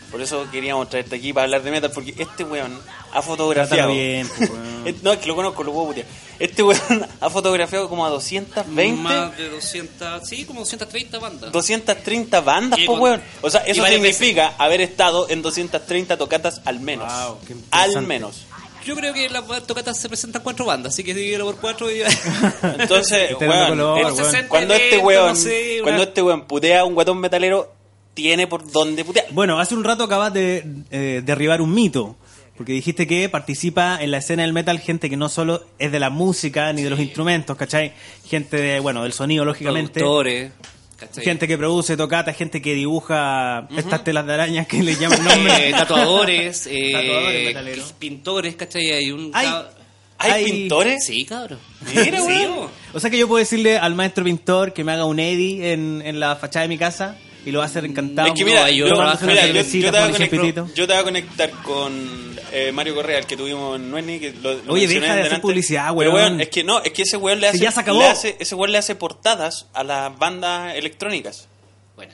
S1: por eso queríamos traerte aquí para hablar de metal, porque este weón ha fotografiado.
S2: Trátalo bien, pues, weón.
S1: Et- no, es que lo conozco, lo puedo putear. Este weón ha fotografiado como a 220,
S3: más de 200, sí, como 230 bandas.
S1: 230 bandas,
S3: Y
S1: pues
S3: con-
S1: weón. O sea,
S3: y
S1: eso
S3: varias
S1: significa haber estado en 230 tocatas al menos.
S2: Wow, qué interesante.
S1: al menos.
S3: Yo creo que en la tocata se presentan cuatro bandas, así que dividirlo por cuatro y...
S1: Entonces,
S2: Está
S1: weón,
S2: dando color,
S1: el-
S2: weón. 60
S1: cuando este
S3: eventos,
S1: weón,
S3: no sé, una-
S1: cuando este weón putea a un guatón metalero, tiene por dónde putear.
S2: Bueno, hace un rato acabas de eh, derribar un mito. Porque dijiste que participa en la escena del metal gente que no solo es de la música ni de los instrumentos, ¿cachai? Gente de, bueno, del sonido, lógicamente.
S3: Productores, ¿cachai?
S2: Gente que produce tocata, gente que dibuja estas telas de arañas que le llaman nombre.
S3: Eh, tatuadores, eh,
S2: Tatuadores, metaleros.
S3: pintores, ¿cachai? Hay un...
S2: Ay,
S3: cab-
S1: ¿Hay
S2: Hay-
S1: pintores?
S3: Sí, cabrón.
S1: Mira,
S3: Sí,
S1: weón.
S3: po.
S2: O sea que yo puedo decirle al maestro pintor que me haga un Eddie en, en la fachada de mi casa y lo va a hacer encantado.
S1: Es que mira,
S3: No,
S1: yo,
S3: yo
S2: tomándose
S3: mira,
S2: una
S1: mira, yo-
S2: cervecita,
S1: yo te voy a
S2: por
S1: conectar-
S2: ejemplo.
S1: yo te voy a conectar con eh, Mario Correa, el que tuvimos en Nueni. Que lo, lo
S2: Oye,
S1: mencioné
S2: deja de hacer
S1: delante.
S2: publicidad,
S1: Pero,
S2: weón.
S1: Es que no, es que ese weón le
S2: Si
S1: hace,
S2: ya se acabó.
S1: le hace- ese weón le hace portadas a las bandas electrónicas.
S3: Bueno.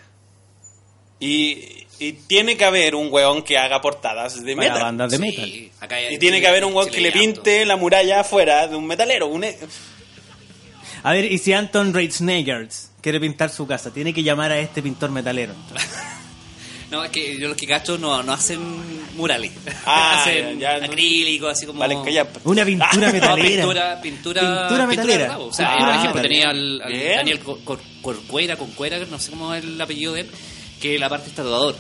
S1: Y, y tiene que haber un weón que haga portadas de
S2: Para
S1: metal.
S2: bandas de
S3: Sí,
S2: metal.
S3: acá hay-
S1: Y tiene que haber un weón
S3: sí,
S1: que le
S3: hay harto.
S1: pinte la muralla afuera de un metalero. un e-
S2: A ver, y si Anton Reitznegers quiere pintar su casa, tiene que llamar a este pintor metalero.
S3: No, es que yo los que cacho no, no hacen murales.
S1: Ah,
S3: hacen
S1: ya, ya, no.
S3: acrílico, así como.
S1: Vale, calla, pues.
S2: Una pintura
S3: No,
S2: metalera.
S3: pintura, pintura, pintura,
S2: Pintura
S3: de
S2: metalera.
S3: rabo. O sea,
S1: Ah,
S3: él, por ejemplo,
S1: metalera.
S3: tenía al, al
S1: Bien.
S3: Daniel Cor- Cor- Corcuera, Concuera, no sé cómo es el apellido de él, que la parte es tatuador.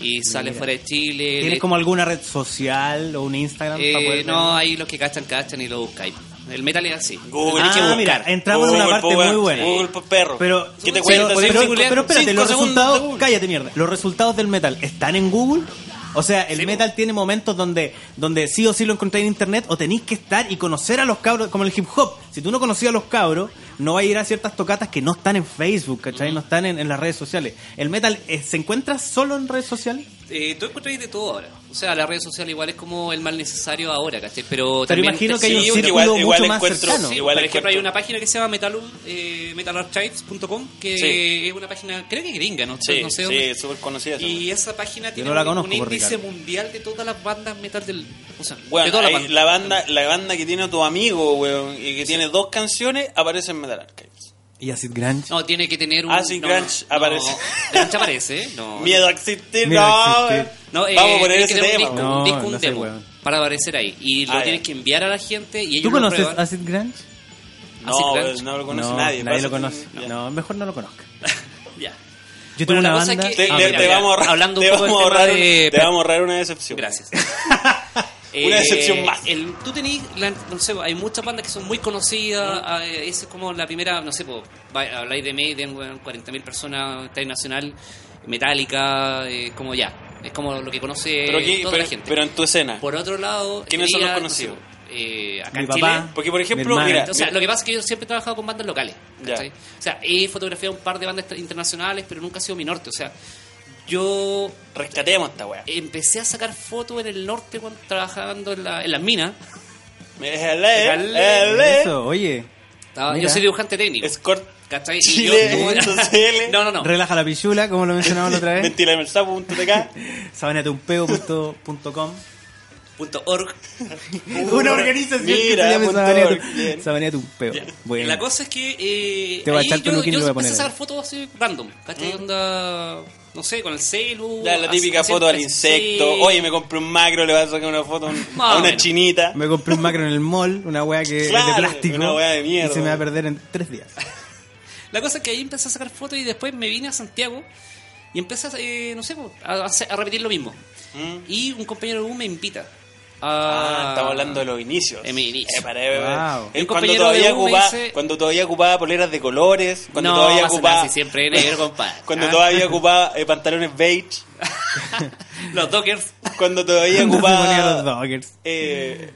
S3: Y sale fuera de Chile.
S2: ¿Tienes
S3: le-
S2: como alguna red social o un Instagram? para
S3: eh,
S2: poder
S3: no, ahí los que cachan, cachan y lo buscáis. El metal es así.
S1: Google,
S2: Ah,
S1: hay que buscar.
S2: mira, entramos en una
S1: Google,
S2: parte
S1: po, weón.
S2: muy buena.
S1: Google, po, perro.
S2: Pero,
S1: ¿Qué te
S2: pero-
S1: cuesta? Cinco
S2: pero, pero-
S1: segundos-
S2: pero espérate,
S1: cinco
S2: los
S1: segundos de
S2: resultados,
S1: Google.
S2: cállate mierda, los resultados del metal están en Google. O sea, el
S3: Sí,
S2: metal tiene momentos donde, donde sí o sí lo encontráis en internet o tenéis que estar y conocer a los cabros, como el hip hop. Si tú no conocías a los cabros, no vas a ir a ciertas tocatas que no están en Facebook, ¿cachai? No están en, en las redes sociales. ¿El metal eh, se encuentra solo en redes sociales?
S3: Eh, tú encontráis de todo ahora. O sea, la red social igual es como el mal necesario ahora, ¿cachai? Pero,
S2: Pero
S3: también
S2: imagino que hay
S3: sí,
S2: un
S1: sí,
S2: círculo
S1: igual- igual
S2: mucho más
S1: encuentro-
S2: cercano.
S3: Sí,
S1: Igual
S3: por
S1: es
S3: ejemplo,
S1: cierto.
S3: hay una página que se llama Metalum, eh, metalarchives.com, que
S1: Sí.
S3: es una página, creo que gringa, no,
S1: Sí,
S3: no sé
S1: sí,
S3: dónde.
S1: es súper conocida. esa,
S3: Y esa página tiene
S2: no la
S3: un-
S2: conozco,
S3: un índice
S2: Ricardo.
S3: mundial de todas las bandas metal del. O sea,
S1: Bueno,
S3: de todas las
S1: ahí
S3: bandas.
S1: la banda, la banda que tiene tu amigo, weón, y que tiene dos canciones, aparece en Metal Archives.
S2: Y Acid Grunge.
S3: No, tiene que tener un.
S1: Acid
S3: no,
S1: Grunge aparece.
S3: No, Grunge aparece, ¿eh? No.
S1: Miedo a existir,
S2: Miedo
S1: no,
S2: a existir.
S1: weón.
S3: No, eh,
S1: Vamos a poner
S3: tiene que
S1: ese
S3: tener
S1: tema,
S3: Un
S1: weón.
S2: weón.
S3: disco, un, disco,
S2: No,
S3: un
S2: no sé,
S3: demo
S2: weón.
S3: para aparecer ahí. Y lo
S1: Ah, ya.
S3: tienes que enviar a la gente y ellos
S2: ¿Tú
S3: lo
S2: conoces
S3: prueban.
S2: Acid Grunge?
S1: No,
S3: Acid
S1: weón,
S3: Grunge.
S1: ¿eh? no lo conoce nadie. por
S2: lo
S1: eso-
S2: conoce.
S1: Ya.
S2: No, mejor no lo conozca.
S3: Ya.
S2: Yo
S3: Bueno,
S2: tengo
S3: la
S2: una
S3: cosa es
S2: banda.
S3: que-
S1: Te,
S3: Ah,
S1: le-
S3: mira,
S1: te
S3: mira.
S1: vamos a ahorrar,
S3: Hablando un
S1: te
S3: poco del
S1: vamos a
S3: tema
S1: ahorrar,
S3: de-
S1: un- te vamos a ahorrar una decepción.
S3: Gracias. Eh,
S1: Una decepción más.
S3: el- tú tenés, la- no sé, hay muchas bandas que son muy
S1: Mm.
S3: conocidas. eh, esa es como la primera, no sé, po, va- habláis de Maiden, weón, 40.000 personas, internacional, Metallica, eh, como ya. Es como lo que conoce
S1: Pero, aquí-
S3: toda
S1: pero-
S3: la gente.
S1: pero en tu escena.
S3: Por otro lado,
S1: ¿Quiénes son los
S3: tenía, no
S1: conocidos?
S3: sé, po, eh, acá
S2: Mi
S3: en
S2: papá.
S3: Chile,
S1: Porque, por
S2: Mi
S1: ejemplo,
S2: hermano.
S1: mira,
S3: O sea, lo que pasa es que yo siempre he trabajado con bandas locales. ¿cachai?
S1: Ya.
S3: O sea, he fotografiado un par de bandas internacionales, pero nunca ha sido mi norte. O sea, yo
S1: rescatemos esta
S3: Eh,
S1: weá.
S3: empecé a sacar fotos en el norte cuando trabajando en, la- en las minas.
S1: Jale,
S3: Jale.
S1: jale.
S2: Eso, oye.
S3: Estaba-
S2: Mira.
S3: yo soy dibujante técnico.
S1: Escort.
S3: ¿Cachai? Y yo-
S1: Chile.cl.
S3: no, no, no.
S2: Relaja la pichula, como lo mencionaban la otra vez.
S1: Ventilamersapo.tk.
S2: sabaneateumpeo.com
S3: Punto org.
S2: Una organización
S1: Mira,
S2: que se llama
S1: punto
S2: Sabaneatu-
S1: org, bien.
S2: Sabaneatumpeo. Bueno.
S3: La cosa es que eh,
S2: Te voy a
S3: ahí
S2: echar tu
S3: yo,
S2: looking y
S3: yo
S2: lo voy a
S3: empecé
S2: poner
S3: a sacar
S2: ahí. Mm.
S3: fotos así random. ¿Cachai? Onda, no sé, con el celu.
S1: Ya, la típica
S3: haciendo-
S1: foto al insecto.
S3: Sí.
S1: Oye, me compré un macro, le vas a sacar una foto a un-
S3: Más
S1: a
S3: o
S1: una
S3: menos.
S1: chinita.
S2: Me compré un macro en el mall, una weá que es
S1: Claro,
S2: de plástico.
S1: una weá de mierda.
S2: Y se me va a perder en tres días.
S3: La cosa es que ahí empecé a sacar fotos y después me vine a Santiago y empecé, eh, no sé, po, a, a hacer- a repetir lo mismo.
S1: Mm.
S3: Y un compañero de U me invita.
S1: Ah,
S3: A...
S1: estamos hablando de los inicios.
S3: De mi inicio.
S1: Eh, para, eh,
S2: Wow.
S1: eh,
S3: Un
S1: cuando,
S3: compañero
S1: todavía
S3: de U me
S1: ocupaba,
S3: dice-
S1: cuando todavía ocupaba poleras de colores. Cuando
S3: no,
S1: todavía
S3: pasa
S1: ocupaba.
S3: nada, si siempre es negro, compadre.
S1: Cuando
S3: Ah,
S1: todavía ocupaba eh, pantalones beige.
S3: Los dockers.
S1: Cuando todavía
S2: Cuando se ponía los
S1: ocupaba.
S2: Dockers.
S1: eh,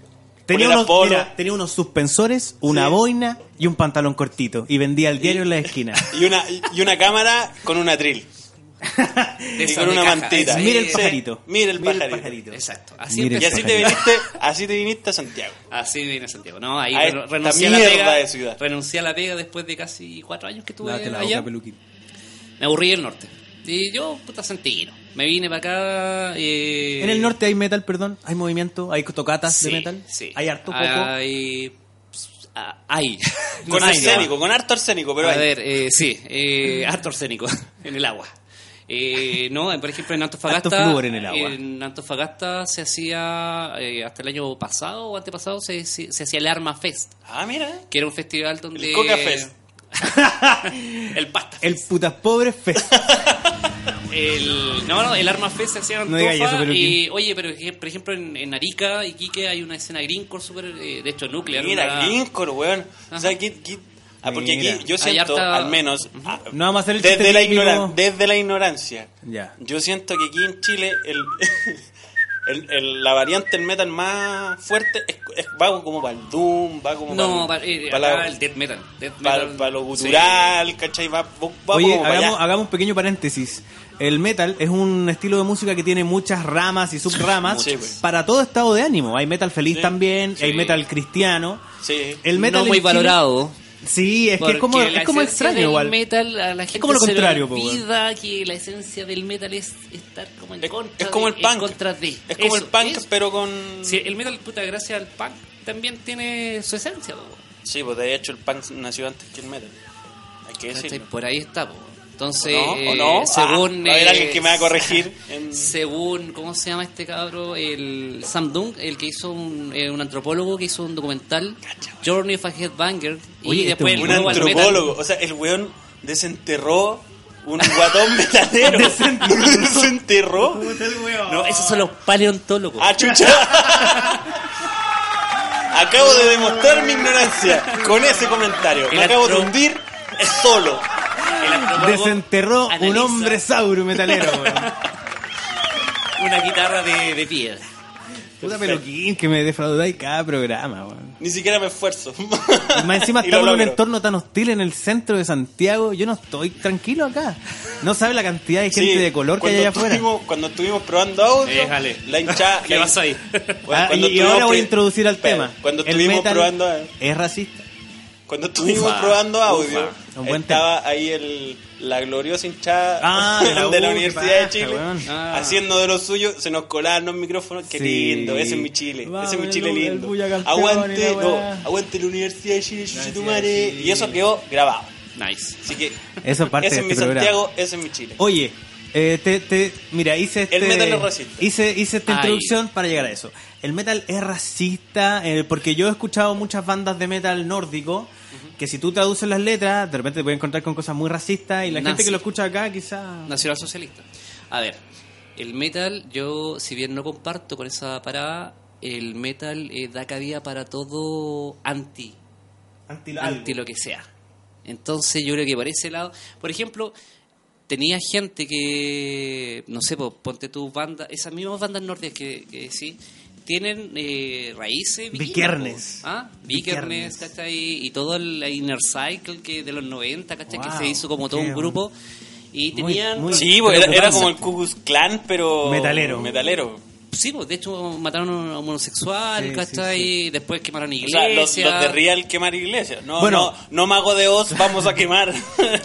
S2: Tenía
S1: polera
S2: unos,
S1: polo.
S2: mira, tenía unos suspensores, una
S1: Sí.
S2: boina y un pantalón cortito. Y vendía el diario en la esquina.
S1: y, una, y una cámara con una atril.
S3: de
S1: Y
S3: esas
S1: con
S3: de
S1: una
S3: caja.
S1: mantita.
S3: Sí,
S2: Mira el
S3: sí.
S2: pajarito.
S1: Mira el
S2: Mira el
S1: pajarito.
S2: pajarito.
S3: Exacto. Así
S2: Mira
S1: Y
S3: empecé.
S1: así te viniste, así te viniste a Santiago.
S3: Así vine a Santiago. No, ahí
S1: A
S3: re-
S1: Ah, esta
S3: renuncié a la
S1: mierda
S3: pega.
S1: de ciudad.
S3: Renuncié a la pega después de casi cuatro años que estuve
S2: Lávate la
S3: allá.
S2: boca, peluquín.
S3: me aburrí del norte. Y yo, puta, sentí. ¿no? Me vine para acá. eh,
S2: En el norte hay metal, perdón. Hay movimiento, hay tocatas
S3: Sí,
S2: de metal.
S3: sí. Ah,
S2: Hay harto poco.
S3: Hay. pues, ah, hay.
S1: Con
S3: Hay,
S1: arsénico, con harto arsénico,
S3: ¿no?
S1: pero
S3: A
S1: ahí.
S3: ver, eh, sí, eh, harto arsénico en el agua. Eh, no, eh, por ejemplo, en Antofagasta. eh,
S2: Harto flúor en el agua.
S3: en Antofagasta se hacía, eh, hasta el año pasado o antepasado, se, se, se hacía el Arma Fest,
S1: Ah, mira.
S3: que era un festival donde.
S1: El Coca Fest.
S3: el Pasta
S2: El putas pobres fe.
S3: El, no, no, el Arma Fest se hacía en
S2: No diga
S3: Antofa,
S2: eso, pero
S3: y, Oye, pero ej- por ejemplo en, en Arica y Quique hay una escena greencore súper, eh, de hecho, nuclear.
S1: Mira,
S3: una-
S1: Greencore, weón. O sea, aquí, aquí- ah, porque
S2: Mira.
S1: aquí yo
S3: Hay
S1: siento,
S3: harta-
S1: al menos, ah,
S2: No vamos a hacer el
S1: desde,
S2: chiste
S1: la
S2: típico.
S1: ignoran- desde la ignorancia,
S2: Ya.
S1: yo siento que aquí en Chile el, el- el- la variante del metal más fuerte es, es- va como para el Doom, va como
S3: No,
S1: para
S3: pa- eh, acá el death metal. Death metal
S1: lo
S3: sí.
S1: gutural, ¿cachai? Va, va
S2: Oye,
S1: como para
S2: hagamos,
S1: allá.
S2: hagamos un pequeño paréntesis. El metal es un estilo de música que tiene muchas ramas y subramas
S1: Sí, pues.
S2: para todo estado de ánimo. Hay metal feliz
S1: Sí,
S2: también,
S3: sí.
S2: hay metal cristiano.
S1: Sí.
S2: El metal
S3: no
S2: en
S3: muy
S2: Chile-
S3: valorado.
S2: Sí, es que es
S3: porque
S2: como, es
S3: la
S2: como
S3: esencia
S2: extraño
S3: del
S2: igual.
S3: metal, a la gente
S2: como lo
S3: se le
S2: contrario, po,
S3: olvida que la esencia del metal es estar como en
S1: Es,
S3: contra
S1: es como
S3: de-
S1: el
S3: en
S1: punk.
S3: contra de.
S1: Es como el
S3: Eso,
S1: punk,
S3: eso.
S1: pero con.
S3: Sí,
S1: Sí.
S3: el metal, puta, gracias al punk, también tiene su esencia. po.
S1: pues de hecho el punk nació antes que el metal. Hay que
S2: Este,
S3: ¿Cachai?
S1: decirlo.
S3: Por ahí está, po. Entonces,
S1: ¿O no? ¿O
S3: eh,
S1: no?
S3: según.
S1: Ah, va a haber
S3: eh,
S1: alguien que me va a corregir en-
S3: Según, ¿cómo se llama este cabro? El Sam Dung, el que hizo un, eh, un antropólogo que hizo un documental, Journey of a Headbanger.
S2: Oye,
S3: y
S2: este
S3: después
S2: es
S3: el
S1: Un
S3: nuevo al metal.
S1: antropólogo. O sea, el weón desenterró un guatón metalero. ¿Lo desenterró?
S3: No, esos son los paleontólogos.
S1: ¡Ah, chucha! Acabo de demostrar mi ignorancia con ese comentario. Me
S3: El
S1: acabo de
S3: astro-
S1: hundir solo.
S3: El astrólogo
S2: Desenterró un
S3: analiza
S2: hombre sauro metalero, weón.
S3: Una guitarra de, de piedra.
S2: Puta peluquín que me defraudáis cada programa, weón.
S1: Ni siquiera me esfuerzo.
S2: Y Más encima
S1: Y lo
S2: estamos en un
S1: logro.
S2: entorno tan hostil en el centro de Santiago. Yo no estoy tranquilo acá. No sabe la cantidad de gente
S1: Sí,
S2: de color que hay
S1: cuando
S2: allá afuera.
S1: estuvimos- cuando estuvimos probando audio,
S3: Déjale.
S1: la hinchada.
S3: ¿Qué
S1: la-
S3: pasó ahí?
S1: Bueno,
S2: Ah,
S1: cuando
S2: y
S1: estuvimos
S2: ahora voy
S1: pri-
S2: a introducir al
S1: Espera,
S2: tema.
S1: Cuando
S2: El
S1: estuvimos
S2: metal
S1: probando. eh,
S2: Es racista.
S1: Cuando estuvimos
S3: Ufa,
S1: probando audio,
S3: ufa.
S2: Un buen
S1: estaba ahí el, la gloriosa hinchada
S2: Ah, de la U, qué
S1: Universidad
S2: paja,
S1: de Chile,
S2: weón.
S3: Ah.
S1: haciendo de lo suyo, se nos colaban los micrófonos, qué
S2: Sí.
S1: lindo, ese es mi Chile,
S2: Vamos,
S1: ese es mi Chile
S2: el- el
S1: lindo.
S2: bulla campeón y
S1: aguante,
S2: la
S1: no,
S2: weá.
S1: aguante la Universidad de Chile, chuche tu
S2: Universidad de
S1: madre.
S2: Chile.
S1: Y eso quedó grabado.
S3: Nice.
S1: Así que
S2: Eso es parte
S1: ese
S2: de
S1: es mi
S2: este programa.
S1: Santiago, ese es mi Chile.
S2: Oye, eh, te, te- mira, hice este,
S1: El metal es racista.
S2: Hice, hice esta
S3: Ay.
S2: introducción para llegar a eso. El metal es racista eh, porque yo he escuchado muchas bandas de metal nórdico que si tú traduces las letras, de repente te puedes encontrar con cosas muy racistas y la gente
S3: Nazi.
S2: que lo escucha acá quizá...
S3: Nacional Socialista. A ver, el metal, yo, si bien no comparto con esa parada, el metal eh, da cabida para todo anti,
S2: Anti,
S3: anti lo que sea. Entonces, yo creo que por ese lado, por ejemplo, tenía gente que, no sé, po, ponte tus bandas, esas mismas bandas nórdicas que, que sí, tienen eh, raíces. vikingas,
S2: Vikernes.
S3: po. ¿Ah? Vikernes,
S2: Vikernes.
S3: ¿cachai? Y todo el inner cycle que de los 90, ¿cachai?
S2: Wow,
S3: que se hizo como todo
S2: qué
S3: un grupo. Y
S2: Muy-
S3: tenían
S2: muy-
S1: Sí, pues, era, era
S2: Preocupante.
S1: como el Ku Klux Klan, pero...
S2: Metalero.
S1: Metalero.
S3: Sí, pues de hecho mataron a un homosexual,
S2: Sí,
S3: ¿cachai? Después quemaron
S1: O
S3: iglesias.
S1: sea, los, los de Real quemar iglesias. No,
S2: Bueno.
S1: no, no mago de Oz, vamos a quemar.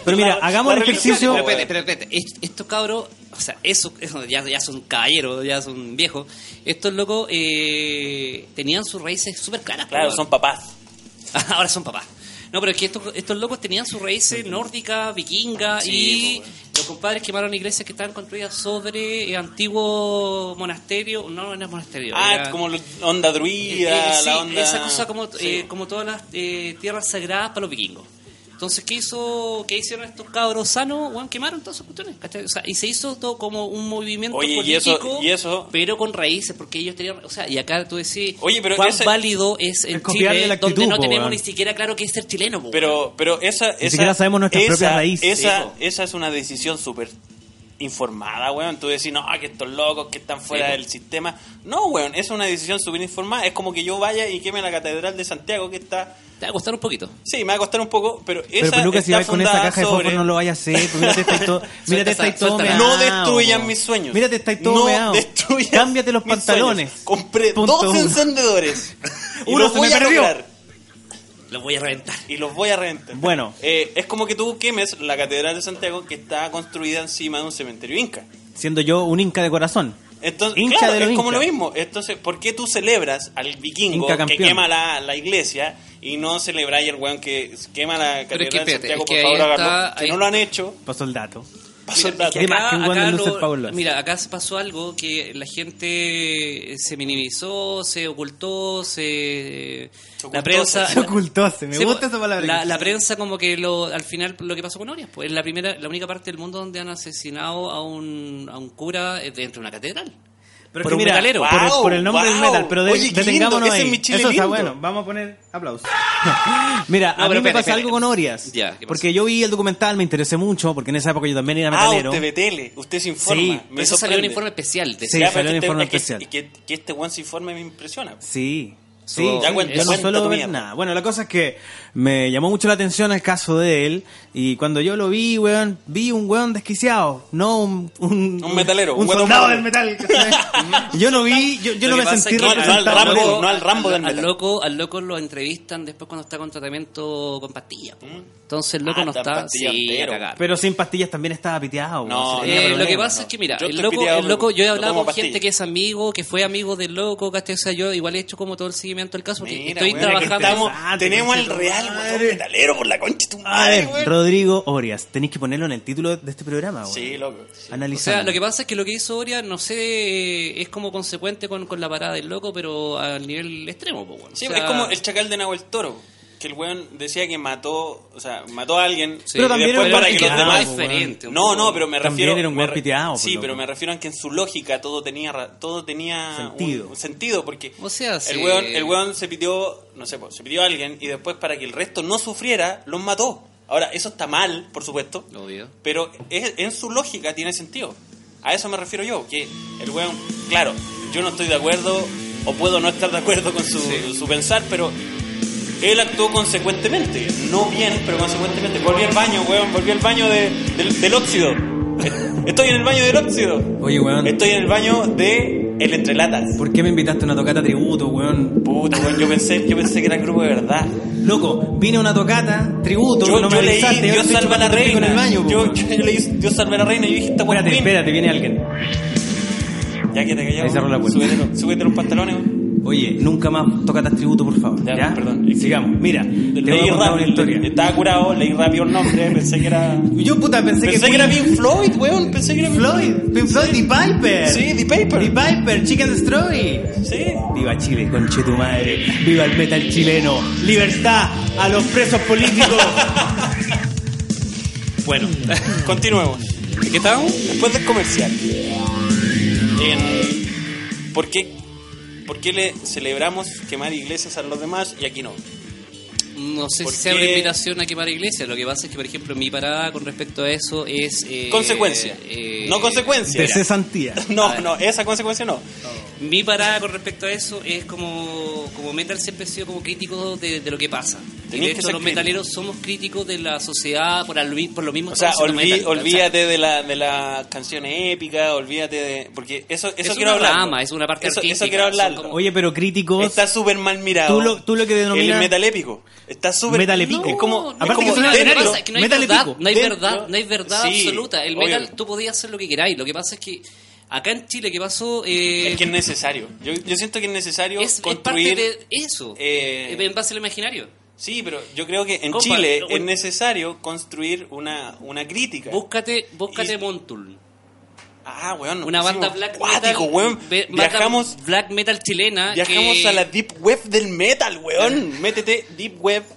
S2: Pero mira, hagamos el
S1: religión,
S2: ejercicio-
S1: po,
S3: Pero
S1: weón.
S3: espérate, pero espérate. Est- Estos cabros, o sea, eso, eso ya, ya son caballeros, ya son viejos. Estos locos eh, tenían sus raíces súper claras.
S1: Claro,
S3: pues,
S1: son papás.
S3: Ahora son papás. No, pero es que estos, estos locos tenían sus raíces nórdicas, vikingas
S1: Sí, pues,
S3: y los compadres quemaron iglesias que estaban construidas sobre eh, antiguos monasterios. No, no era monasterio.
S1: Ah,
S3: era-
S1: como la onda druida,
S3: Eh, eh, sí,
S1: la onda...
S3: esa cosa como,
S1: Sí.
S3: eh, como todas las eh, tierras sagradas para los vikingos. Entonces, ¿qué hizo qué hicieron estos cabros sanos? Bueno, quemaron todas sus cuestiones. ¿cachai? O sea, y se hizo todo como un movimiento
S1: Oye, y eso-
S3: político,
S1: y eso-
S3: pero con raíces, porque ellos tenían... O sea, y acá tú decís,
S1: Oye, pero
S3: ¿cuán
S1: ese-
S3: válido
S2: Es
S3: es el
S2: copiarle
S3: Chile
S2: la actitud,
S3: donde no
S2: po,
S3: tenemos
S2: weón.
S3: ni siquiera claro qué es ser chileno? po, weón?
S1: Pero, pero esa, esa,
S2: siquiera sabemos nuestras
S1: esa-
S2: propias raíces.
S1: Esa,
S3: Sí, po.
S1: esa es una decisión súper informada, weón. Tú decís, no, que estos locos que están fuera
S3: Sí, po.
S1: del sistema. No, weón, es una decisión súper informada. Es como que yo vaya y queme la Catedral de Santiago que está...
S3: Te va a costar un poquito.
S1: Sí, me va a costar un poco, pero esa
S2: Pero peluca, si
S1: está
S2: vas con esa
S1: fundada
S2: caja de
S1: sobre...
S2: fósforo no lo vayas a hacer. pues Mírate, estáis todo, mírate,
S3: esa-
S2: estáis todo
S3: suéltala.
S2: meao,
S1: No destruyan
S2: po.
S1: mis sueños.
S2: Mírate, estáis todo
S1: no
S2: meao.
S1: destruyan
S2: Cámbiate los
S1: mis
S2: pantalones.
S1: sueños. Compré
S2: Punto
S1: dos
S2: uno.
S1: encendedores. Y
S2: Uno
S1: los
S2: se
S1: voy
S2: me
S1: a
S2: perdió.
S1: lograr.
S3: Lo voy a reventar.
S1: Y los voy a reventar.
S2: Bueno.
S1: Eh, es como que tú quemes la Catedral de Santiago que está construida encima de un cementerio inca.
S2: Siendo yo un inca de corazón.
S1: Entonces,
S2: Hincha
S1: claro,
S2: de
S1: es
S2: los
S1: como
S2: incas.
S1: lo mismo. Entonces, ¿por qué tú celebras al vikingo
S2: Inca
S1: que
S2: campeón.
S1: quema la, la iglesia y no celebráis al weón que quema la
S3: Pero es que
S1: Catedral de
S3: espérate,
S1: Santiago?
S3: es que
S1: por favor,
S3: ahí está-
S1: háganlo. Si
S3: ahí-
S1: no lo han hecho,
S2: Pasó el dato.
S1: pasó el
S3: Mira, es
S1: dato.
S3: que
S2: Hay más que un buen Lucer
S3: lo-
S2: Paulo.
S3: mira, acá se pasó algo que la gente se minimizó, se ocultó,
S1: Se
S3: se... la
S1: ocultó,
S3: prensa...
S1: se-
S2: Se ocultó, se me
S3: Sí,
S2: gusta
S3: pues,
S2: esa palabra.
S3: La, la prensa como que lo, al final lo que pasó con Orias, pues es la primera, la única parte del mundo donde han asesinado a un, a un cura eh, dentro de una catedral.
S2: Pero es
S3: por
S2: que
S3: un
S2: mira,
S3: metalero.
S2: Por el,
S1: Wow,
S2: por el nombre del
S1: wow.
S2: metal, pero de,
S1: Oye, qué
S2: detengámonos
S1: lindo, ese
S2: ahí.
S1: es mi Chile
S2: Eso está
S1: lindo.
S2: bueno, vamos a poner aplausos. mira,
S3: No,
S2: a mí
S3: pero
S2: me
S3: espérate,
S2: pasa
S3: espérate.
S2: algo con Orias.
S3: Ya, ¿qué pasa?
S2: porque yo vi el documental, me interesé mucho, porque en esa época yo también era
S1: Ah,
S2: metalero.
S1: usted tele, usted se informa.
S2: Sí,
S3: Pero
S1: me
S3: eso salió un
S1: sorprende.
S3: informe especial. de-
S1: Ya,
S2: Sí,
S1: pero
S2: salió
S1: que
S2: un
S1: este-
S2: informe
S1: es que-
S2: especial.
S1: Y que, que este weón se informe me impresiona.
S2: Sí. Sí,
S3: Su-
S2: sí,
S3: Ya cuenta,
S2: yo no
S3: cuenta
S2: suelo
S1: tu
S2: ver
S1: mierda.
S2: nada. Bueno, la cosa es que me llamó mucho la atención el caso de él. Y cuando yo lo vi, weón, vi un weón desquiciado. No un. Un,
S1: Un metalero,
S2: Un,
S1: un weón
S2: soldado
S1: malo.
S2: del metal. ¿cachai? yo no vi. Yo, yo no
S3: Lo que
S2: me
S3: pasa
S2: sentí
S3: es que al-
S2: representado.
S1: al Rambo,
S3: loco-
S1: no al Rambo del
S3: al
S1: metal.
S3: loco, al loco lo entrevistan después cuando está con tratamiento con pastillas. po. Entonces el loco
S1: Ah,
S3: no
S1: está en
S3: está...
S1: pastillas
S3: Sí, a
S1: entero.
S3: cagar.
S2: Pero sin pastillas también estaba piteado. weón.
S1: Ah, No,
S2: Si tenía
S3: Eh, lo
S2: problemas.
S3: que pasa es que, mira,
S1: Yo
S3: el
S1: estoy
S3: loco,
S1: piteado,
S3: el loco, yo he
S1: pero
S3: hablado
S1: tomo
S3: con gente
S1: pastillas.
S3: que es amigo, que fue amigo del loco, ¿cachai? O sea, yo igual he hecho como todo el seguimiento del caso, porque
S1: Mira,
S3: estoy
S1: weón,
S3: trabajando.
S1: aquí estamos-
S2: Interesante,
S1: tenemos al
S2: conchito
S1: real
S2: madre.
S1: weón, metalero por la concha de tu
S2: A
S1: madre,
S2: ver,
S1: weón.
S2: Rodrigo Orias, tenéis que ponerlo en el título de este programa, weón.
S1: Sí, loco. sí.
S3: O sea,
S2: Analizando.
S3: lo que pasa es que lo que hizo Oria, no sé, eh, es como consecuente con, con la parada del loco, pero al nivel extremo, po, weón. O
S1: Sí,
S3: sea,
S1: es como el chacal de Nahuel Toro. que el weón decía que mató, o sea, mató a alguien.
S3: Sí. Pero
S1: y
S2: también
S1: después
S2: era un
S1: para que los
S2: piteado,
S1: demás
S2: po,
S3: diferente, un
S1: No,
S3: poco.
S1: no, pero me
S2: También
S1: refiero.
S2: era un
S1: me
S2: weón
S1: re-
S2: piteado, po,
S1: Sí,
S2: loco.
S1: pero me refiero a que en su lógica todo tenía ra- todo tenía
S2: Sentido.
S1: un- un sentido porque
S3: O sea, sí.
S1: el weón el weón se pidió, no sé, po, se pidió a alguien y después para que el resto no sufriera los mató. Ahora eso está mal, por supuesto.
S3: Obvio.
S1: Pero es- en su lógica tiene sentido. A eso me refiero yo, que el weón, claro, yo no estoy de acuerdo o puedo no estar de acuerdo con su, su pensar, pero él actuó consecuentemente. No bien, pero consecuentemente. Volví al baño, weón, volví al baño de- del, del óxido. Estoy en el baño del óxido.
S2: Oye, weón.
S1: Estoy en el baño de el entrelatas.
S2: ¿Por qué me invitaste a una tocata tributo, weón?
S1: Puta, weón, yo pensé, yo pensé que era el grupo de verdad.
S2: Loco, vine a una tocata tributo,
S1: Yo,
S2: no me
S1: yo leí
S2: avisaste, ahora
S1: Dios
S2: estoy
S1: salva a la
S2: chupando pico en
S1: reina.
S2: el baño, po.
S1: yo, yo leí Dios salva a la reina y yo dije, esta weón
S2: Espérate, espérate, viene alguien.
S1: Ya que te callamos.
S2: Ahí cerró la puerta.
S1: Súbete, los- súbete los pantalones. güey.
S2: Oye, nunca más tocatas tributo, por favor.
S1: Ya,
S2: Ya,
S1: perdón, es que-
S2: Sigamos. Mira, te voy a
S1: Leí
S2: contar una
S1: rápido.
S2: historia.
S1: le- Estaba curado, leí rápido el nombre. Pensé que era.
S2: Yo puta pensé,
S1: Pensé que
S2: Queen-
S1: era Pink Floyd, weón. Pensé que era Pink
S2: Floyd, Pink Floyd, The Piper.
S1: Sí, The Paper.
S2: The Piper, Chicken Destroy.
S1: Sí.
S2: Viva Chile, conche tu madre. Viva el metal chileno. Libertad a los presos políticos.
S1: Bueno, continuemos. ¿De qué estábamos? Después del comercial. En- ¿Por qué, por qué le celebramos quemar iglesias a los demás y aquí no?
S3: No sé
S1: ¿Por
S3: si sea una
S1: qué?
S3: invitación a quemar iglesias. Lo que pasa es que, por ejemplo, mi parada con respecto a eso es. eh,
S1: Consecuencia.
S3: eh,
S1: No consecuencia.
S2: De cesantía.
S1: No, no, esa consecuencia no.
S3: Mi parada con respecto a eso es como, como metal siempre he sido como crítico de, de lo que pasa.
S1: Tenés
S3: Y de
S1: que
S3: hecho,
S1: ser
S3: los
S1: crítico.
S3: metaleros somos críticos de la sociedad por, al- por lo mismo
S1: O
S3: que
S1: sea,
S3: estamos haciendo
S1: olví-
S3: metal, ¿cachai?
S1: olvídate de la de las canciones épicas, olvídate de porque eso eso
S3: Es
S1: quiero
S3: una
S1: hablar.
S3: rama, es una parte
S1: eso,
S3: artística,
S1: eso quiero
S3: son
S1: hablarlo.
S3: como-
S2: Oye, pero críticos.
S1: Está súper mal mirado.
S2: Tú lo- tú lo que denominas-
S1: el metal épico. Está súper
S2: Metal épico.
S1: Es como
S2: No,
S1: es
S2: aparte
S1: como
S2: que es un
S3: Lo que
S1: dentro-
S2: escenario.
S3: pasa es que no hay
S2: metal
S3: verdad,
S2: épico.
S3: no hay
S1: Dentro.
S3: verdad, no hay verdad
S1: Sí,
S3: absoluta. El
S1: obvio.
S3: metal, tú podías hacer lo que queráis. Lo que pasa es que acá en Chile, ¿qué pasó? Eh,
S1: es que es necesario. Yo, yo siento que es necesario
S3: es, es
S1: construir
S3: parte de eso,
S1: eh,
S3: en base al imaginario.
S1: Sí, pero yo creo que en
S3: Compa,
S1: Chile
S3: lo-
S1: es necesario construir una, una crítica.
S3: Búscate, búscate
S1: Y-
S3: Montul,
S1: ah, weón, nos
S3: una banda
S1: pusimos
S3: black
S1: cuático,
S3: metal,
S1: weón.
S3: ve- banda
S1: Viajamos
S3: black metal chilena.
S1: Viajamos
S3: que-
S1: a la deep web del metal, weón. Métete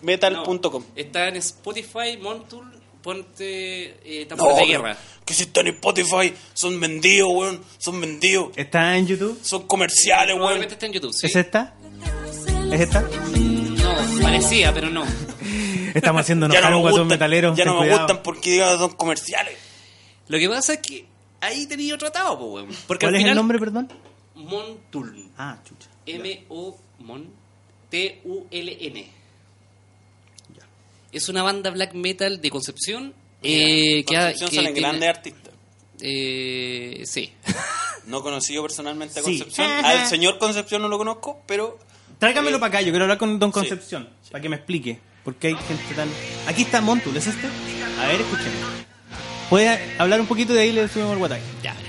S1: deepwebmetal.com.
S3: No, está en Spotify, Montul, ponte eh,
S1: No,
S3: tambores de
S1: weón.
S3: guerra.
S1: Que si están en Spotify, son vendidos, weón. Son vendidos.
S2: ¿Está en YouTube?
S1: Son comerciales, weón.
S3: Probablemente está en YouTube, ¿sí?
S2: ¿Es esta? ¿Es esta?
S3: No, parecía, pero no.
S2: Estamos haciendo
S1: Ya
S2: enojar a
S1: no
S2: un
S1: me gustan,
S2: guatón metalero.
S1: ya
S2: ten
S1: no me
S2: cuidado.
S1: gustan porque digamos, son comerciales.
S3: Lo que pasa es que ahí tenía otro atado, po, weón. Porque
S2: ¿Cuál
S3: al
S2: es
S3: final,
S2: el nombre, perdón?
S3: Montul.
S2: Ah, chucha.
S3: M-O Mon T-U-L-N. Es una banda black metal de Concepción. eh, que ha-
S1: Concepción
S3: que
S1: salen
S3: tiene-
S1: grandes artistas.
S3: eh, sí.
S1: No conocí yo personalmente a
S2: Sí.
S1: Concepción. Al señor Concepción no lo conozco, pero
S2: Tráigamelo
S1: Eh,
S2: para acá, yo quiero hablar con Don Concepción, para que me explique por qué hay gente tan... Aquí está Montul, ¿es este? A ver, escuchen. Puede hablar un poquito y de ahí le subimos el guataje.
S3: Ya, ya.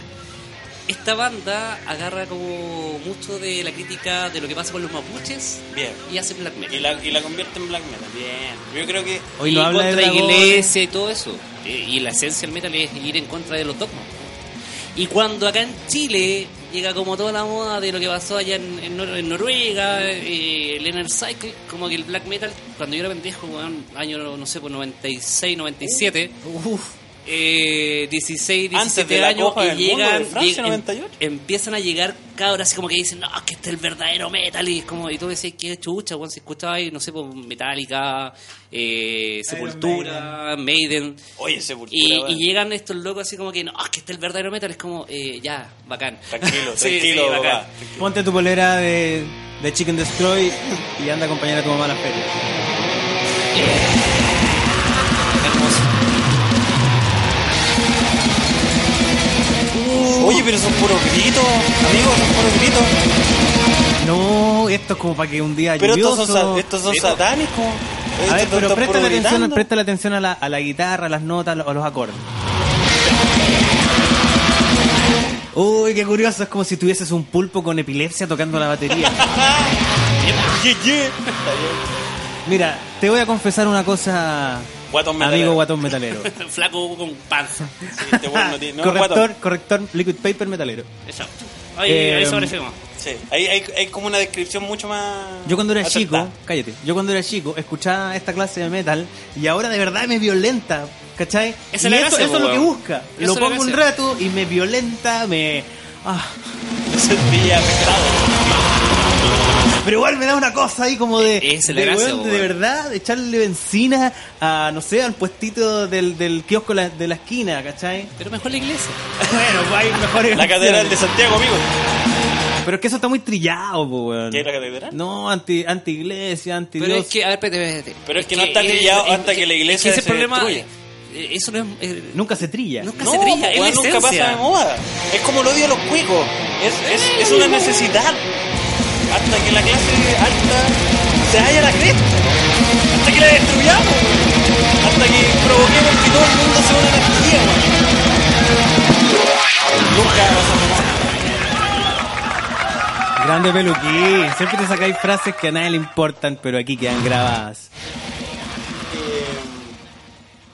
S3: Esta banda agarra como mucho de la crítica de lo que pasa con los mapuches
S1: bien.
S3: y hace black
S1: Y
S3: metal.
S1: la, y la convierte en black metal. Bien. Yo creo que
S2: Hoy
S3: Y
S2: no habla de
S3: contra
S2: dragones.
S3: iglesia y todo eso. Eh, Y la esencia del metal es ir en contra de los dogmas. Y cuando acá en Chile llega como toda la moda de lo que pasó allá en, en Nor- en Noruega, eh, el Inner Cycle, como que el black metal, cuando yo era pendejo, weón, año, no sé, pues 96, 97,
S2: Uf,
S3: eh, 16, 17
S1: Antes de la
S3: años,
S1: Copa
S3: y
S1: del Mundo
S3: llegan,
S1: de Francia,
S3: lleg- em-
S1: 98.
S3: empiezan a llegar cabras así como que dicen, no, es que este es el verdadero metal, y, es como, y tú decís, qué chucha, weón, se escuchaba ahí, no sé, pues, Metallica, eh, Sepultura, Maiden
S1: Oye, Sepultura.
S3: y,
S1: weón.
S3: y llegan estos locos así como que, no, es que este es el verdadero metal. Es como, eh, ya, bacán.
S1: Tranquilo,
S3: Sí,
S1: tranquilo,
S3: sí,
S1: papá.
S3: bacán.
S2: ponte tu polera de, de Chicken Destroy y anda a acompañar a tu mamá a las ferias.
S3: Hermoso.
S1: Oye, pero son puros gritos, amigos, son puros gritos.
S2: No, esto es como para que un día
S1: Pero estos
S2: lluvioso...
S1: son, sa- estos son
S3: Sí, po.
S1: satánicos.
S2: A ver,
S1: Estos están
S2: pero presta la
S1: puro
S2: atención,
S1: gritando.
S2: presta la atención a la, a la guitarra, a las notas, a los- a los acordes. Uy, qué curioso, es como si tuvieses un pulpo con epilepsia tocando la batería.
S1: Yeah, yeah.
S2: Mira, te voy a confesar una cosa,
S1: Guatón metalero.
S2: amigo guatón metalero.
S3: Flaco con panza.
S1: Sí, este weón no tiene- no,
S2: corrector,
S1: guatón.
S2: corrector, liquid paper metalero.
S3: Exacto.
S5: Ahí,
S2: Eh,
S5: ahí sobrefuimos.
S1: Sí, hay, hay, hay como una descripción mucho más.
S2: Yo cuando era
S1: acertada.
S2: chico, cállate, yo cuando era chico escuchaba esta clase de metal y ahora de verdad me violenta, ¿cachai?
S5: Esa
S2: y
S5: es la
S2: eso,
S5: gracia,
S2: eso es lo que
S5: weón.
S2: busca.
S5: Esa
S2: lo
S5: es la
S2: pongo un
S5: gracia.
S2: rato y me violenta, me... ah,
S1: Me sentía afectado.
S2: pero igual me da una cosa ahí como de...
S3: E- esa es la
S2: de,
S3: gracia,
S2: weón, de
S3: weón.
S2: verdad, de echarle benzina a, no sé, al puestito del, del kiosco la- de la esquina, ¿cachai?
S3: Pero mejor la iglesia.
S2: Bueno, pues hay mejores
S1: La catedral de
S2: opciones.
S1: Santiago, amigo.
S2: Pero es que eso está muy trillado, po, weón.
S1: ¿Qué es la catedral?
S2: No, anti, anti iglesia, anti
S3: Pero
S2: Dios.
S3: es que, a ver, espérate, espérate, espérate.
S1: Pero es que no está trillado hasta que la iglesia
S3: es
S1: se destruya.
S3: eh, Eso no es. eh,
S2: Nunca se trilla.
S3: Nunca se trilla, es
S1: weón,
S3: la
S1: nunca pasa de
S3: esencia.
S1: moda. Es como el odio a los cuicos. Es, es, es una necesidad. Hasta que la clase alta se haya la cresta. Hasta que la destruyamos. Hasta que provoquemos que todo el mundo sea una anarquía. weón. Nunca pasa de moda.
S2: Grande peluquín. Siempre te sacáis frases que a nadie le importan, pero aquí quedan grabadas.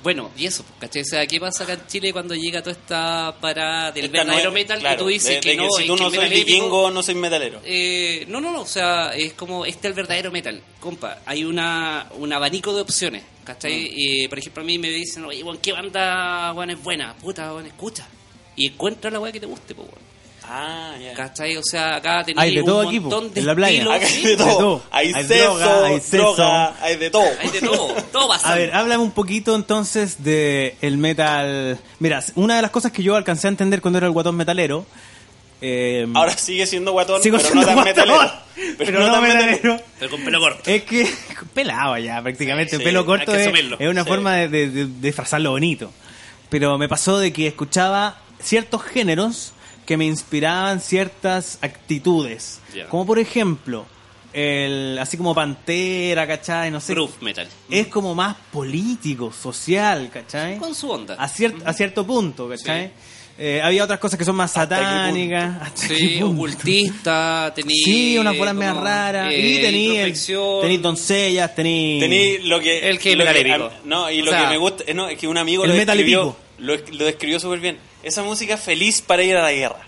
S3: Bueno, y eso, ¿cachai? O sea, ¿qué pasa acá en Chile cuando llega toda esta parada del
S1: Esta
S3: verdadero
S1: no es-
S3: metal
S1: claro,
S3: que tú dices
S1: de- de
S3: que no
S1: Si
S3: es
S1: tú
S3: que
S1: no
S3: el
S1: soy
S3: metal épico-
S1: vikingo, no soy metalero.
S3: Eh, no, no, no, o sea, es como, este es el verdadero metal, compa, hay una, un abanico de opciones, ¿cachai?
S1: Mm.
S3: Eh, por ejemplo, a mí me dicen, oye, weón, ¿qué banda, weón, es buena? Puta, weón, escucha. Y encuentra la weá que te guste, po, weón.
S1: Ah, ya.
S3: ¿Cachai? O sea, acá tenés
S2: Hay de
S3: un
S2: todo aquí, po,
S3: montón de
S2: en la playa.
S3: estilos,
S1: Acá
S3: sí,
S1: hay de
S2: de
S1: todo.
S2: todo.
S1: Hay
S2: Hay
S1: sexo,
S2: droga, hay sexo.
S1: droga, hay de todo.
S3: hay de Este, todo, todo pasa.
S2: A ver, ah, háblame un poquito entonces de el metal. Mira, una de las cosas que yo alcancé a entender cuando era el guatón metalero. eh,
S1: Ahora sigue siendo guatón,
S2: sigo
S1: pero, no
S2: siendo
S1: tan
S2: guatón,
S1: metalero,
S2: pero no
S1: tan
S2: metalero.
S5: Pero con pelo corto.
S2: Es que pelado ya prácticamente,
S1: Sí,
S2: pelo
S1: hay
S2: corto
S5: que
S2: es,
S5: asumirlo,
S2: es una
S1: sí.
S2: forma de, de- de disfrazar lo bonito. Pero me pasó de que escuchaba ciertos géneros que me inspiraban ciertas actitudes.
S5: Ya.
S2: Como por ejemplo, el así como Pantera, ¿cachai? No sé.
S5: Groove metal.
S2: Es como más político, social, ¿cachai?
S3: con su onda.
S2: A, cier- a cierto punto, ¿cachai? Eh, había otras cosas que son más
S1: qué punto.
S2: satánicas. hasta
S3: Sí,
S2: qué punto.
S3: ocultista, tení...
S2: Sí, unas bolas
S3: eh, como,
S2: medias raras.
S3: eh,
S2: y tenéis
S3: introspección.
S2: tení doncellas, tenéis.
S1: Tení lo que.
S5: El que
S1: lo
S5: metal
S1: que-
S5: épico.
S1: a- No, y
S3: O
S1: lo
S3: sea,
S1: que me gusta. eh, No, es que un amigo
S2: el
S1: lo
S2: metal
S1: describió.
S2: épico.
S1: Lo, lo describió súper bien. Esa música feliz para ir a la guerra.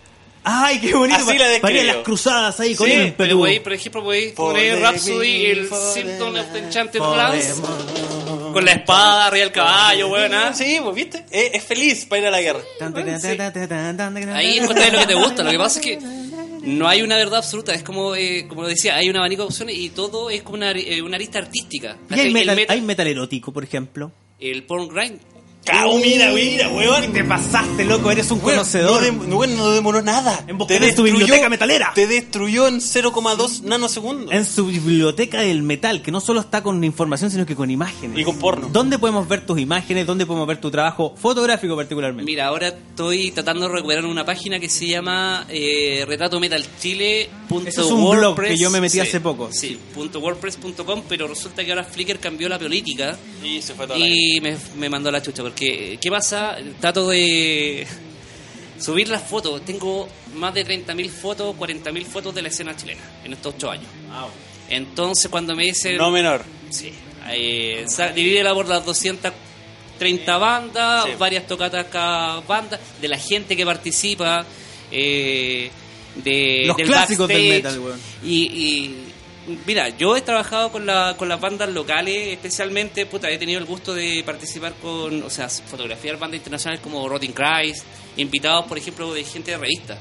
S2: ¡Ay, qué bonito!
S1: Así la describo.
S2: Parían las cruzadas ahí con el
S5: pero
S2: Perú.
S5: podéis, por ejemplo, podéis
S1: For
S5: poner
S1: the
S5: Rhapsody,
S1: King,
S5: el
S1: for the
S5: Symptom of the
S1: King,
S5: Enchanted
S2: for
S5: Lands,
S2: the
S5: con la espada arriba del caballo, weón, ¿ah?
S1: Sí, pues viste. Es, es feliz para ir a la guerra.
S2: Tan, tan, tan, tan, tan, tan, tan, tan,
S3: Ahí
S2: tan,
S3: encontrás lo que te
S2: tan,
S3: gusta. Lo que pasa es que no hay una verdad absoluta. Es como, eh, como lo decía, hay un abanico de opciones y todo es como una, eh, una arista artística.
S2: Y hay
S3: El
S2: metal,
S3: meta-
S2: hay metal erótico, por ejemplo. Uh,
S3: el porn grind.
S1: Cao, mira, mira, weón.
S2: Te pasaste, loco, eres un
S1: Weón,
S2: conocedor.
S1: No, dem- no, weón, no demoró nada.
S2: En busca de tu biblioteca metalera.
S1: Te destruyó en 0,2 nanosegundos.
S2: En su biblioteca del metal, que no solo está con información, sino que con imágenes.
S1: Y con porno.
S2: ¿Dónde podemos ver tus imágenes? ¿Dónde podemos ver tu trabajo fotográfico particularmente?
S3: Mira, ahora estoy tratando de recuperar una página que se llama eh, retratometalchile.wordpress.
S2: Eso es un blog que yo me metí
S3: sí,
S2: hace poco.
S3: Sí, punto .wordpress.com, pero resulta que ahora Flickr cambió la política
S1: Y se fue toda la guerra.
S3: y me, me mandó la chucha. Porque, eh, ¿qué pasa? Trato de subir las fotos. Tengo más de 30.000 fotos, 40.000 fotos de la escena chilena en estos 8 años. Entonces, cuando me dicen.
S1: No menor.
S3: Sí. Eh, sa- divídela por las 230 bandas,
S1: Sí.
S3: varias tocatas cada banda, de la gente que participa, eh, de,
S2: Los
S3: del
S2: clásicos del
S3: backstage.
S2: metal, weón.
S3: Y, y, mira, yo he trabajado con, la, con las bandas locales, especialmente, puta, he tenido el gusto de participar con, o sea, fotografiar bandas internacionales como Rotting Christ, invitados, por ejemplo, de gente de revistas.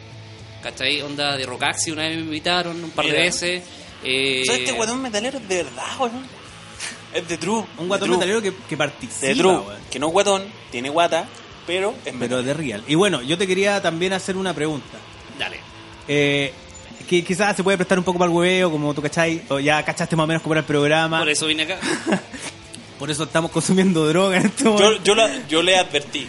S3: ¿Cachai? Onda de Rockaxi, una vez me invitaron un par de
S1: Mira.
S3: veces. eh,
S1: O sea, este guatón metalero es de verdad, weón. Es de true. de
S2: Un guatón
S1: true.
S2: metalero que, que
S1: De
S2: participa.
S1: true.
S2: weón.
S1: Que no es guatón, tiene guata, pero es
S2: Pero
S1: metalero.
S2: de real. Y bueno, yo te quería también hacer una pregunta.
S3: Dale.
S2: Eh, que quizás se puede prestar un poco para el hueveo, como tú cachai, o ya cachaste más o menos como era el programa.
S3: Por eso vine acá.
S2: Por eso estamos consumiendo droga en este momento.
S1: Yo, yo, la- yo le advertí.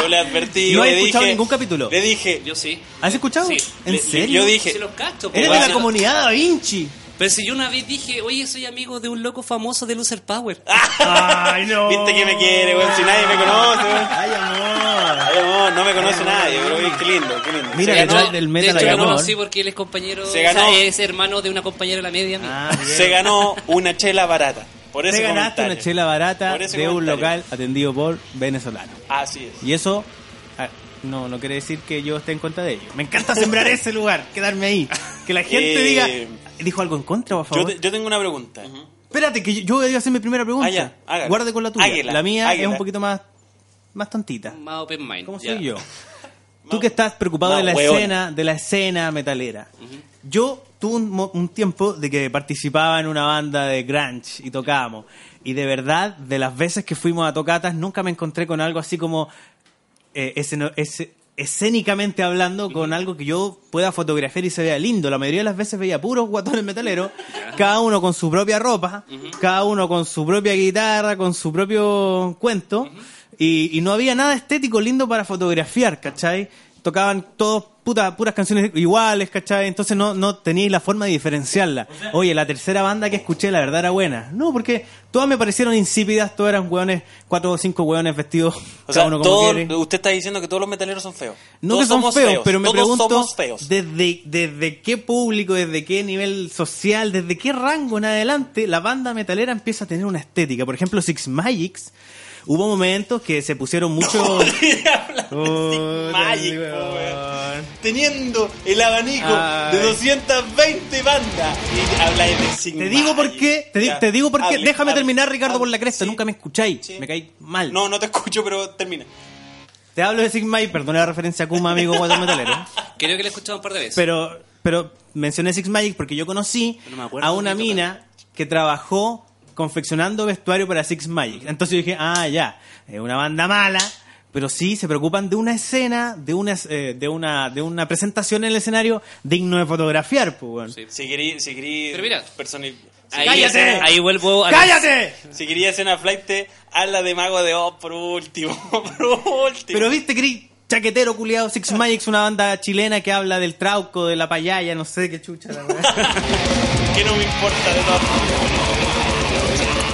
S1: Yo le advertí.
S2: No
S1: le
S2: he escuchado
S1: dije-
S2: ningún capítulo.
S1: Le dije.
S3: Yo sí.
S2: ¿Has escuchado?
S3: Sí.
S2: ¿En
S1: le-
S2: serio?
S1: Yo dije.
S3: Sí los cacho, po,
S2: Eres de
S3: weón.
S2: la
S3: Sí,
S2: comunidad Da Vinci.
S3: Pero si yo una vez dije, oye, soy amigo de un loco famoso de Loser Power.
S2: Ay, no.
S1: Viste que me quiere, weón. Si nadie me conoce, weón.
S2: Ay, amor.
S1: Ay, amor, no me conoce nadie, pero oye, qué lindo, qué lindo.
S2: Mira,
S3: Se
S2: detrás del metal
S3: de hecho,
S2: hay
S3: lo
S2: amor.
S3: conocí porque él es compañero,
S1: Se ganó.
S3: o sea, es hermano de una compañera de la media. mía.
S2: Ah, bien.
S1: Se ganó una chela barata. Por ese
S2: Te ganaste
S1: comentario.
S2: una chela barata
S1: Por
S2: de
S1: ese
S2: un
S1: comentario.
S2: local atendido por venezolano.
S1: Así es.
S2: Y eso, ah, no, no quiere decir que yo esté en contra de ello. Me encanta sembrar ese lugar, quedarme ahí. Que la gente
S1: Eh,
S2: diga, ¿dijo algo en contra, por
S1: Yo,
S2: favor?
S1: te- yo tengo una pregunta.
S2: Espérate, que yo, yo voy a hacer mi primera pregunta.
S1: Ah, ya, hágalo.
S2: Guarde con la tuya.
S1: Águila,
S2: la mía es
S1: águila.
S2: un poquito más, más tontita.
S3: Más open mind.
S2: ¿Cómo
S3: ya.
S2: soy yo? Tú que estás preocupado
S1: Más
S2: de la
S1: hueona.
S2: escena, de la escena metalera. Yo tuve un, mo- un tiempo de que participaba en una banda de grunge y tocábamos. Y de verdad, de las veces que fuimos a tocatas, nunca me encontré con algo así como eh, esceno- ese- escénicamente hablando, con algo que yo pueda fotografiar y se vea lindo. La mayoría de las veces veía puros guatones metaleros, cada uno con su propia ropa, cada uno con su propia guitarra, con su propio cuento, y, y no había nada estético lindo para fotografiar, ¿cachai? Tocaban todos puta- puras canciones iguales, ¿cachai? Entonces no, no teníais la forma de diferenciarla. Oye, la tercera banda que escuché, la verdad, era buena. No, porque todas me parecieron insípidas, todas eran hueones, cuatro o cinco hueones vestidos,
S1: O
S2: cada
S1: sea,
S2: uno como
S1: todo-
S2: quiere.
S1: usted está diciendo que todos los metaleros son feos.
S2: No
S1: Todos
S2: que son
S1: somos
S2: feos, pero me
S1: todos
S2: pregunto
S1: somos feos.
S2: Desde, desde qué público, desde qué nivel social, desde qué rango en adelante la banda metalera empieza a tener una estética. Por ejemplo, Six Magics, hubo momentos que se pusieron mucho... Oh,
S1: Magic,
S2: weón.
S1: po, weón. Teniendo el abanico
S2: Ay.
S1: de 220 bandas. Y habláis de Sigma.
S2: Te digo por qué, te, di-
S1: Ya.
S2: te digo por qué.
S1: Hable,
S2: Déjame
S1: hable,
S2: terminar, Ricardo,
S1: hable.
S2: por la cresta.
S1: Sí.
S2: Nunca me escucháis.
S1: Sí.
S2: Me caí mal.
S1: No, no te escucho, pero termina.
S2: Te hablo de Six Magics, perdona la referencia a Kuma, amigo guato metalero.
S3: Creo que lo he escuchado un par de veces.
S2: Pero, pero mencioné Six Magic porque yo conocí
S3: No me acuerdo
S2: a una
S3: de qué
S2: mina que trabajó confeccionando vestuario para Six Magic. Entonces yo dije, ah, ya, es una banda mala, pero sí se preocupan de una escena, de una, eh, de una, de una presentación en el escenario digno de fotografiar, pues, weón.
S3: Sí.
S1: Si querí, si querí
S3: Pero mira.
S1: personi-
S3: ahí,
S2: ¡Cállate!
S3: Ahí vuelvo a... la-
S2: ¡Cállate!
S1: Si quería hacer una flight, hazla de mago de Oz por último. por último.
S2: Pero viste, Cris, chaquetero culiado, Six Magic es una banda chilena que habla del trauco, de la payaya, no sé qué chucha la weá.
S1: que no me importa de todas formas.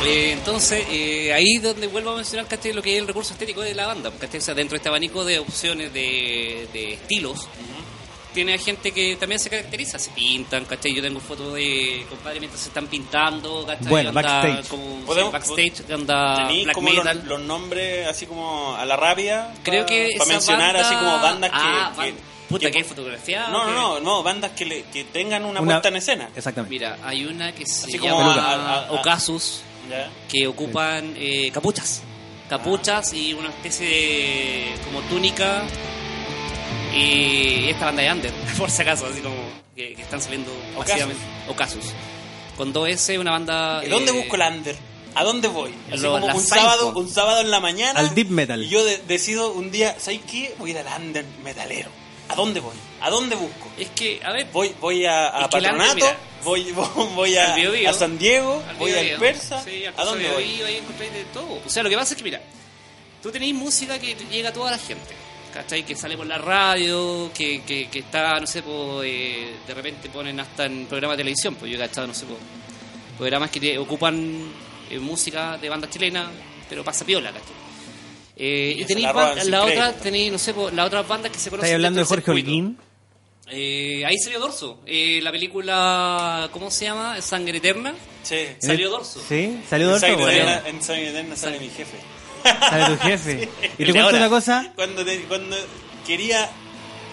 S3: Eh, entonces, eh, ahí es donde vuelvo a mencionar ¿cachai? lo que es el recurso estético de la banda. ¿cachai? O sea, dentro de este abanico de opciones, de, de estilos, tiene a gente que también se caracteriza. Se pintan, ¿cachai? Yo tengo fotos de compadre mientras se están pintando. ¿cachai?
S2: Bueno,
S3: Onda
S2: backstage.
S3: Como, sí,
S1: ¿Podemos-
S3: backstage, anda
S1: Tení
S3: Ah, black
S1: como los,
S3: metal.
S1: los nombres así como a la rabia.
S3: Creo que
S1: Para
S3: esa
S1: mencionar
S3: banda-
S1: así como bandas que.
S3: Ah,
S1: que-
S3: ban- Puta,
S1: que-
S3: que hay fotografía.
S1: No,
S3: ¿o qué?
S1: no, no, no, bandas que, le- que tengan una,
S2: Una-
S1: puesta en escena.
S2: Exactamente.
S3: Mira, hay una que se
S1: Así como
S3: llama
S1: a- a- a-
S3: Ocasus,
S1: ¿Ya?
S3: que ocupan eh, capuchas. Capuchas y una especie de como túnica. Y esta banda de Under, por si acaso, así como que, que están saliendo
S1: Ocasus.
S3: masivamente. Ocasus. Con dos S, una banda.
S1: ¿Y dónde
S3: eh,
S1: busco el under? ¿A dónde voy? Así
S3: Lo-
S1: como
S3: la
S1: un
S3: Saigon.
S1: sábado, un sábado en la mañana.
S2: Al deep metal.
S1: Y yo de- decido un día, ¿sabes qué? Voy a ir al under metalero. ¿A dónde voy? ¿A dónde busco?
S3: Es que, a ver,
S1: Voy, voy a, a
S3: Es que el under,
S1: Patronato,
S3: mira,
S1: voy, voy a,
S3: al Bío Bío.
S1: a San Diego,
S3: Al
S1: voy
S3: Bío
S1: al
S3: Bío.
S1: Persa.
S3: Sí, al
S1: ¿A
S3: Persa
S1: dónde
S3: Bío
S1: voy?
S3: Bío, ahí encontráis de todo. O sea, lo que pasa es que, mira, tú tenéis música que llega a toda la gente. ¿Cachai? Que sale por la radio, que, que, que está, no sé, po, eh, de repente ponen hasta en programas de televisión. Pues yo he cachado, no sé, po, programas que te- ocupan eh, música de bandas chilenas, pero pasa piola, ¿cachai? Eh,
S1: Y
S3: y
S1: se
S3: tenéis
S1: la
S3: ban-
S1: roban sin
S3: la otra,
S1: crédito.
S3: tenéis, no sé, po, las otras bandas que se conocen.
S2: ¿Estáis hablando de
S3: dentro del
S2: Jorge
S3: circuito.
S2: Holguín?
S3: Eh, ahí salió Dorso. Eh, la película, ¿cómo se llama? Sangre Eterna.
S1: Sí.
S3: Salió Dorso.
S2: ¿eh? Sí, salió
S1: En
S2: dorso.
S1: Sangre
S2: weón.
S1: Eterna- en Sangre Eterna sale mi jefe.
S2: Sale tu jefe. Y te
S3: El de
S2: cuento
S3: ahora.
S2: una cosa.
S1: Cuando, te- cuando quería,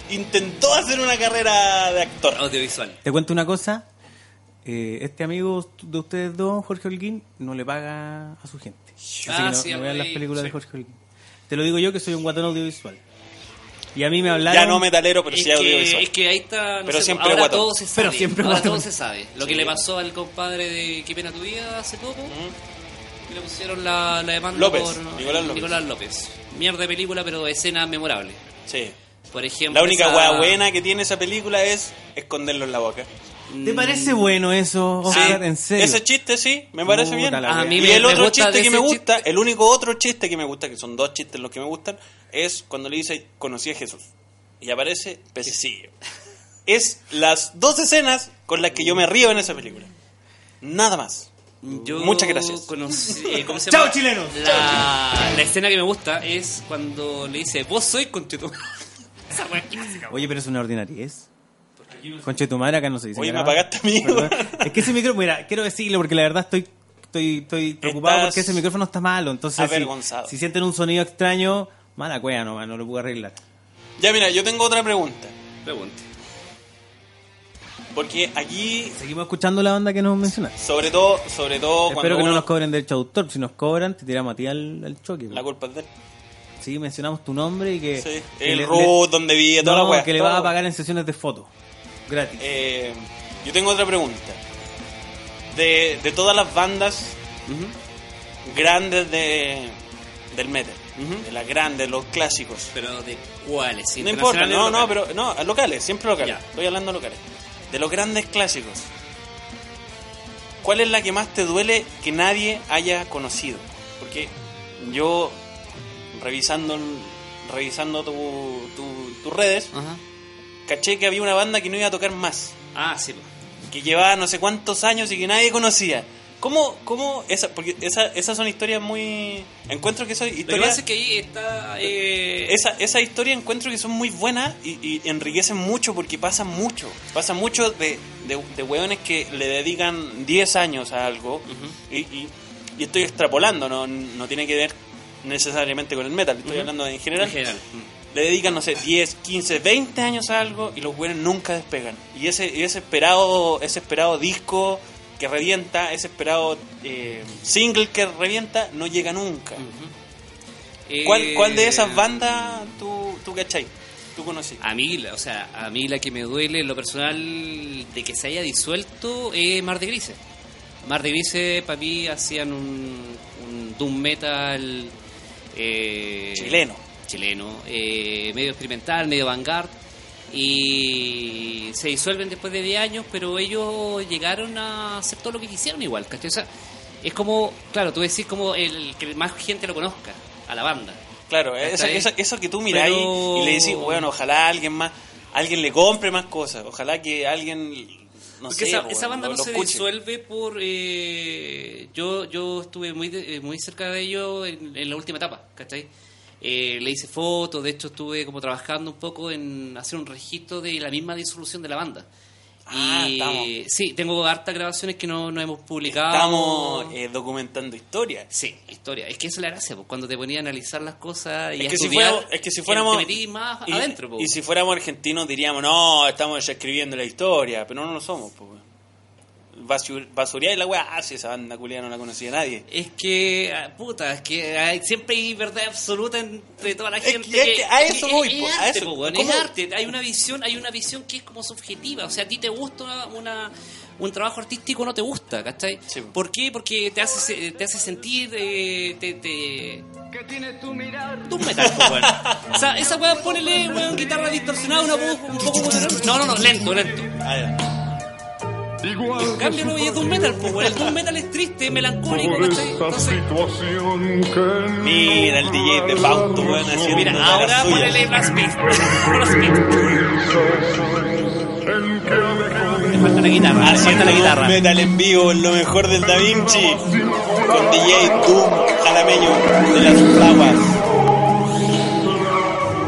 S1: intentó hacer una carrera de actor.
S3: Audiovisual.
S2: Te cuento una cosa. Eh, este amigo de ustedes dos, Jorge Holguín, no le paga a su gente. Así
S3: Ah,
S2: que no,
S3: sí,
S2: no vean
S3: algo
S2: las
S3: ahí,
S2: películas
S3: sí.
S2: de Jorge Holguín. Te lo digo yo que soy un guatón audiovisual. Y a mí me hablaron.
S1: Ya no metalero, pero
S3: es,
S1: sí
S3: que,
S1: audiovisual.
S3: es que ahí está. no
S1: Pero
S3: sé,
S1: siempre
S3: ahora
S1: guatón.
S3: todo se sabe.
S2: Pero siempre
S3: ahora
S2: guatón.
S3: todo se sabe. Lo que le pasó al compadre de Qué pena tu vida hace poco. Que le pusieron la, la demanda
S1: López,
S3: por
S1: Nicolás López.
S3: López. Mierda de película, pero escena memorable.
S1: Sí.
S3: Por ejemplo.
S1: La única
S3: esa-
S1: hueá buena que tiene esa película es esconderlo en la boca.
S2: ¿Te parece bueno eso,
S1: Sí,
S2: Oscar? en serio.
S1: Ese chiste sí, me parece
S2: Puta
S1: bien.
S2: la A wea.
S3: mí
S1: y
S3: me-
S1: el
S3: me
S1: otro
S3: gusta
S1: chiste
S3: de
S1: que me
S3: ese
S1: gusta, el único otro chiste que me gusta, que son dos chistes los que me gustan, es cuando le dice conocí a Jesús. Y aparece pececillo. Es las dos escenas con las que yo me río en esa película. Nada más.
S3: Yo
S1: Muchas gracias.
S3: conocí- eh, ¿cómo se
S2: ¡Chao,
S3: llama?
S2: chilenos!
S3: La, la escena que me gusta es cuando le dice: Vos soy conchito. Esa hueá clásica.
S2: Oye, pero es una ordinariez. Conche tu madre, acá no se dice.
S1: Oye, me
S2: nada.
S1: apagaste, amigo.
S2: Perdón. Es que ese micrófono, mira, quiero decirle porque la verdad estoy estoy, estoy preocupado
S1: Estás
S2: porque ese micrófono está malo. Entonces, si-
S1: avergonzado.
S2: Si, sienten un sonido extraño, mala cueva nomás, no lo puedo arreglar.
S1: Ya, mira, yo tengo otra pregunta.
S3: Pregunte.
S1: Porque aquí,
S2: Seguimos escuchando la banda que nos mencionaste.
S1: sobre todo, sobre todo Oh, cuando
S2: Espero que no
S1: uno-
S2: nos cobren derecho de autor. Si nos cobran, te tiramos a ti al, al choque.
S1: la culpa es de él.
S2: Sí, mencionamos tu nombre y que.
S1: Sí.
S2: que le-
S1: El root donde
S2: le-
S1: vive, toda
S2: no,
S1: la weá.
S2: que le
S1: toda
S2: vas a
S1: la weá.
S2: pagar en sesiones de fotos. Gratis.
S1: Eh, yo tengo otra pregunta. De, de todas las bandas grandes de, del metal, de las grandes, los clásicos.
S3: Pero de cuáles?
S1: No importa,
S3: ¿Internacionales
S1: no,
S3: o
S1: no,
S3: locales?
S1: pero no, locales, siempre locales.
S3: Ya.
S1: Estoy hablando locales. De los grandes clásicos. ¿Cuál es la que más te duele que nadie haya conocido? Porque yo, revisando revisando tu- tu- tus redes,
S3: Ajá.
S1: caché que había una banda que no iba a tocar más
S3: Ah, sí. po.
S1: que llevaba no sé cuántos años y que nadie conocía. ¿Cómo, cómo esa, porque esa, esas son historias muy... Encuentro que esas
S3: Lo que
S1: historias...
S3: pasa es que ahí está... eh,
S1: Esa, esa historia encuentro que son muy buenas y, y enriquecen mucho porque pasan mucho. Pasa mucho de, de, de hueones que le dedican 10 años a algo y, y- y estoy extrapolando, no, no tiene que ver necesariamente con el metal, estoy hablando en general.
S3: En general.
S1: Le dedican, no sé, 10, 15, 20 años a algo y los buenos nunca despegan. Y ese, y ese, esperado, ese esperado disco que revienta, ese esperado eh, single que revienta, no llega nunca. ¿Cuál,
S3: Eh, Ah,
S1: cuál de esas bandas tú, tú cachai? ¿Tú conocí?
S3: A mí, la- o sea, a mí la que me duele en lo personal de que se haya disuelto es Mar de Grises. Mar de Grises, para mí, hacían un, un doom metal... eh,
S1: Chileno.
S3: Chileno. eh, medio experimental, medio vanguard. Y se disuelven después de 10 años, pero ellos llegaron a hacer todo lo que quisieron igual, ¿cachai? O sea, es como, claro, tú decís como el que más gente lo conozca, a la banda.
S1: Claro, eso,
S3: ¿Cachai?
S1: eso, eso que tú miráis
S3: Pero-
S1: y le decís, bueno, ojalá alguien más, alguien le compre más cosas, ojalá que alguien, no
S3: Porque
S1: sé,
S3: esa,
S1: weón,
S3: esa banda
S1: lo-
S3: no
S1: lo
S3: se
S1: escuche.
S3: disuelve por... eh, yo yo estuve muy de- eh, muy cerca de ellos en, en la última etapa, ¿cachai? Eh, le hice fotos, de hecho estuve como trabajando un poco en hacer un registro de la misma disolución de la banda.
S1: Ah,
S3: y
S1: estamos.
S3: sí, tengo hartas grabaciones que no, no hemos publicado.
S1: Estamos eh, documentando historias.
S3: Sí, historia. Es que eso es la gracia, pues, cuando te ponía a analizar las cosas y
S1: Es
S3: a
S1: que, si
S3: estudiar,
S1: fuéramos, es que si
S3: te-
S1: fuéramos.
S3: Te metí más
S1: y,
S3: adentro, pues.
S1: y si fuéramos argentinos diríamos, no, estamos ya escribiendo la historia, pero no lo somos, pues. Basur, basureáis la weá, ah, sí, esa banda culia no la conocía nadie.
S3: Es que, ah, puta, es que hay- siempre hay verdad absoluta entre toda la
S1: que-
S3: gente.
S1: es que a eso voy,
S3: es
S1: po, a
S3: arte,
S1: eso.
S3: po, weón,
S1: ¿Cómo?
S3: es arte. Hay una visión, hay una visión que es como subjetiva. O sea, a ti te gusta una, una- un trabajo artístico o no te gusta, ¿cachai?
S1: Sí, po.
S3: ¿Por qué? Porque te hace, se- te hace sentir, eh, te, te, Doom metal, po, weón. O sea, esa weá ponele, weón, guitarra distorsionada, una voz un poco monotonal. No, no, no, lento, lento. Cámbialo y es Doom metal, po, weón. El Doom metal es triste, melancólico,
S6: Por
S3: ¿cachai?
S6: esta
S3: Entonces,
S6: situación que
S1: Mira, el DJ de Fausto, weón, haciendo
S3: mira,
S1: una de las
S3: ahora
S1: suyas.
S3: ponele Blacksmith. Blacksmith.
S6: el que me
S3: Falta la guitarra,
S1: Haciendo
S3: falta la guitarra.
S1: metal en vivo, lo mejor del Da Vinci. Con DJ Doom, jalameño de las aguas.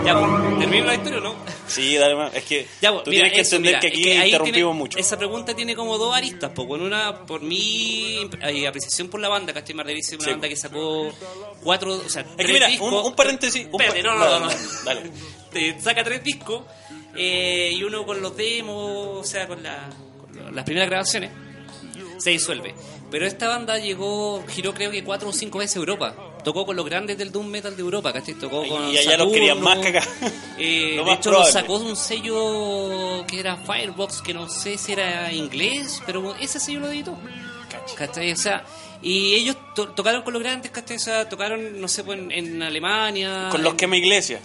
S3: Ya, pues, termino la historia o no?
S1: Sí, dale, más. es que
S3: Ya, pues,
S1: tú
S3: mira,
S1: tienes que
S3: eso,
S1: entender
S3: mira,
S1: que
S3: es
S1: aquí
S3: ahí
S1: interrumpimos
S3: tiene-
S1: mucho.
S3: Esa pregunta tiene como dos aristas, pues, con una por mi eh, apreciación por la banda, Castillo Marderis es una
S1: Sí.
S3: banda que sacó cuatro, o sea,
S1: Es
S3: tres
S1: que mira,
S3: discos.
S1: un, un paréntesis. Un
S3: Espérate,
S1: par-
S3: no, no, no, no.
S1: Dale.
S3: Te saca tres discos eh, y uno con los demos, o sea, con, la- con lo- las primeras grabaciones, se disuelve. Pero esta banda llegó, giró creo que cuatro o cinco veces a Europa. Tocó con los grandes del Doom Metal de Europa, ¿cachai? Tocó
S1: Y-
S3: con
S1: y allá los querían más que acá.
S3: Eh,
S1: Lo
S3: de
S1: más
S3: hecho,
S1: probable.
S3: lo sacó de un sello que era Firebox, que no sé si era inglés, pero ese sello lo editó. ¿Cachai? O sea, y ellos to- tocaron con los grandes, ¿cachai? O sea, tocaron, no sé, pues, en, en Alemania.
S1: Con los
S3: en-
S1: quema iglesia.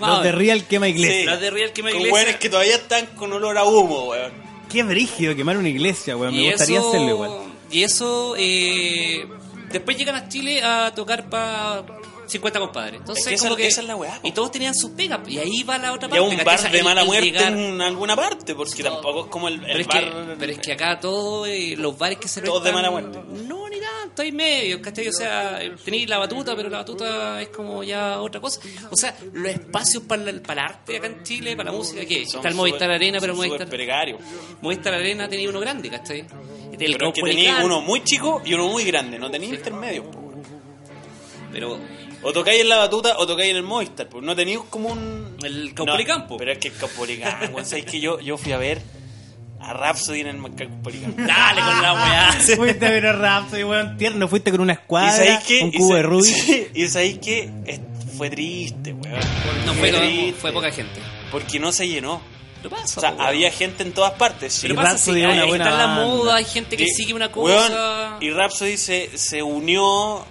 S2: Los de Real quema iglesia.
S1: Sí.
S3: Las de Real Quema
S1: Con
S3: Iglesia.
S1: hueones que todavía están con olor a humo, weón.
S2: Qué brígido quemar una iglesia, weón. Me
S3: Y
S2: gustaría
S3: eso-
S2: hacerlo igual.
S3: Y eso, eh, después llegan a Chile a tocar para 50 compadres. Entonces,
S1: Es que esa-
S3: como que,
S1: esa es la weá, po.
S3: Y todos tenían sus pegas. Y ahí va la otra
S1: Y a
S3: parte.
S1: un
S3: ¿cachai? O
S1: bar
S3: sea,
S1: de
S3: el-
S1: mala
S3: el
S1: muerte
S3: llegar-
S1: en alguna parte, porque tampoco es como el,
S3: Pero
S1: el
S3: es,
S1: bar.
S3: que, pero es que acá todos eh, los bares que se
S1: Todos de mala
S3: prestan-
S1: muerte.
S3: No, ni tanto, hay medio, ¿cachai? O sea, eh, tenéis la batuta, pero la batuta es como ya otra cosa. O sea, los espacios para, la- para el arte acá en Chile, para la música, que
S1: son
S3: está el Movistar
S1: súper-
S3: Arena, pero
S1: son súper
S3: Movistar,
S1: precarios.
S3: Movistar Arena tenía uno grande, ¿cachai? El
S1: Pero es que
S3: Caupolicán.
S1: tenía uno muy chico y uno muy grande, no tenía intermedio.
S3: Pero
S1: O tocáis en la batuta o tocáis en el Movistar. Pues no tenéis como un.
S3: El
S1: No,
S3: Caupolicampo.
S1: pero es que el Caupolicampo, weón, ¿sabes que yo, yo fui a ver a Rhapsody en el Caupolicampo.
S3: Dale con la weá.
S2: Fuiste a ver a Rhapsody, weón, tierno. Fuiste con una escuadra,
S1: Ah, sabéis qué?
S2: un cubo
S1: sa-
S2: de Rubik.
S1: sí, y sabéis que fue triste, weón.
S3: No fue,
S1: triste,
S3: fue poca gente.
S1: Porque no se llenó.
S3: Lo pasa.
S1: O sea,
S3: po, weón.
S1: había gente en todas partes. sí.
S3: Pero pasa
S2: Rhapsody
S3: sí,
S2: era una
S3: ahí
S2: buena
S3: está la
S2: banda.
S3: moda, hay gente que
S1: Y-
S3: sigue una
S1: weón,
S3: cosa.
S1: y Rhapsody se, se unió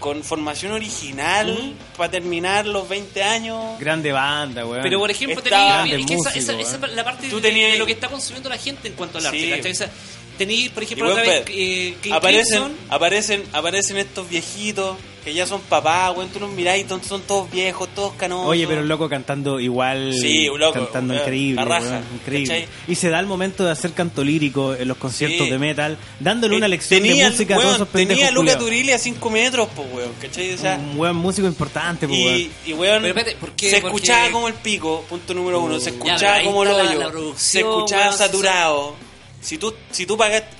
S1: con formación original para terminar los 20 años.
S2: Grande banda, weón.
S3: Pero por ejemplo,
S1: Está-
S3: tenía-
S2: Grande
S3: es que esa,
S2: músico,
S3: esa-
S2: ¿eh?
S3: esa es la parte
S1: Tú
S3: de-
S1: tenías-
S3: de, lo que está consumiendo la gente en cuanto al arte.
S1: Sí.
S3: ¿cachai? O sea, tenéis, por ejemplo,
S1: Y,
S3: otra
S1: weón,
S3: vez
S1: pe-
S3: eh, King
S1: aparecen,
S3: Crimson,
S1: aparecen, aparecen estos viejitos que ya son papás, weón, tú los mirás y ton- son todos viejos, todos canosos.
S2: Oye, pero el loco cantando igual,
S1: Sí, un loco,
S2: cantando
S1: weón,
S2: increíble,
S1: la raja,
S2: weón, increíble.
S1: ¿cachai?
S2: Y se da el momento de hacer canto lírico en los conciertos
S1: Sí.
S2: de metal, dándole una
S1: Eh,
S2: lección
S1: tenía,
S2: de música
S1: weón,
S2: a todos esos pendejos.
S1: Tenía a Luca
S2: culiados.
S1: Turilli a 5 metros, pues, weón, ¿cachai? O sea,
S2: un buen músico importante, pues,
S1: y,
S2: weón.
S1: y, weón,
S3: Pero espérate, ¿por qué?
S1: se
S3: Porque-
S1: escuchaba como el pico, punto número uno, se
S3: Ya,
S1: escuchaba
S3: pero ahí
S1: como el
S3: está la-
S1: hoyo,
S3: la
S1: se
S3: producción,
S1: escuchaba
S3: weón,
S1: saturado. Si tú, si tú pagaste,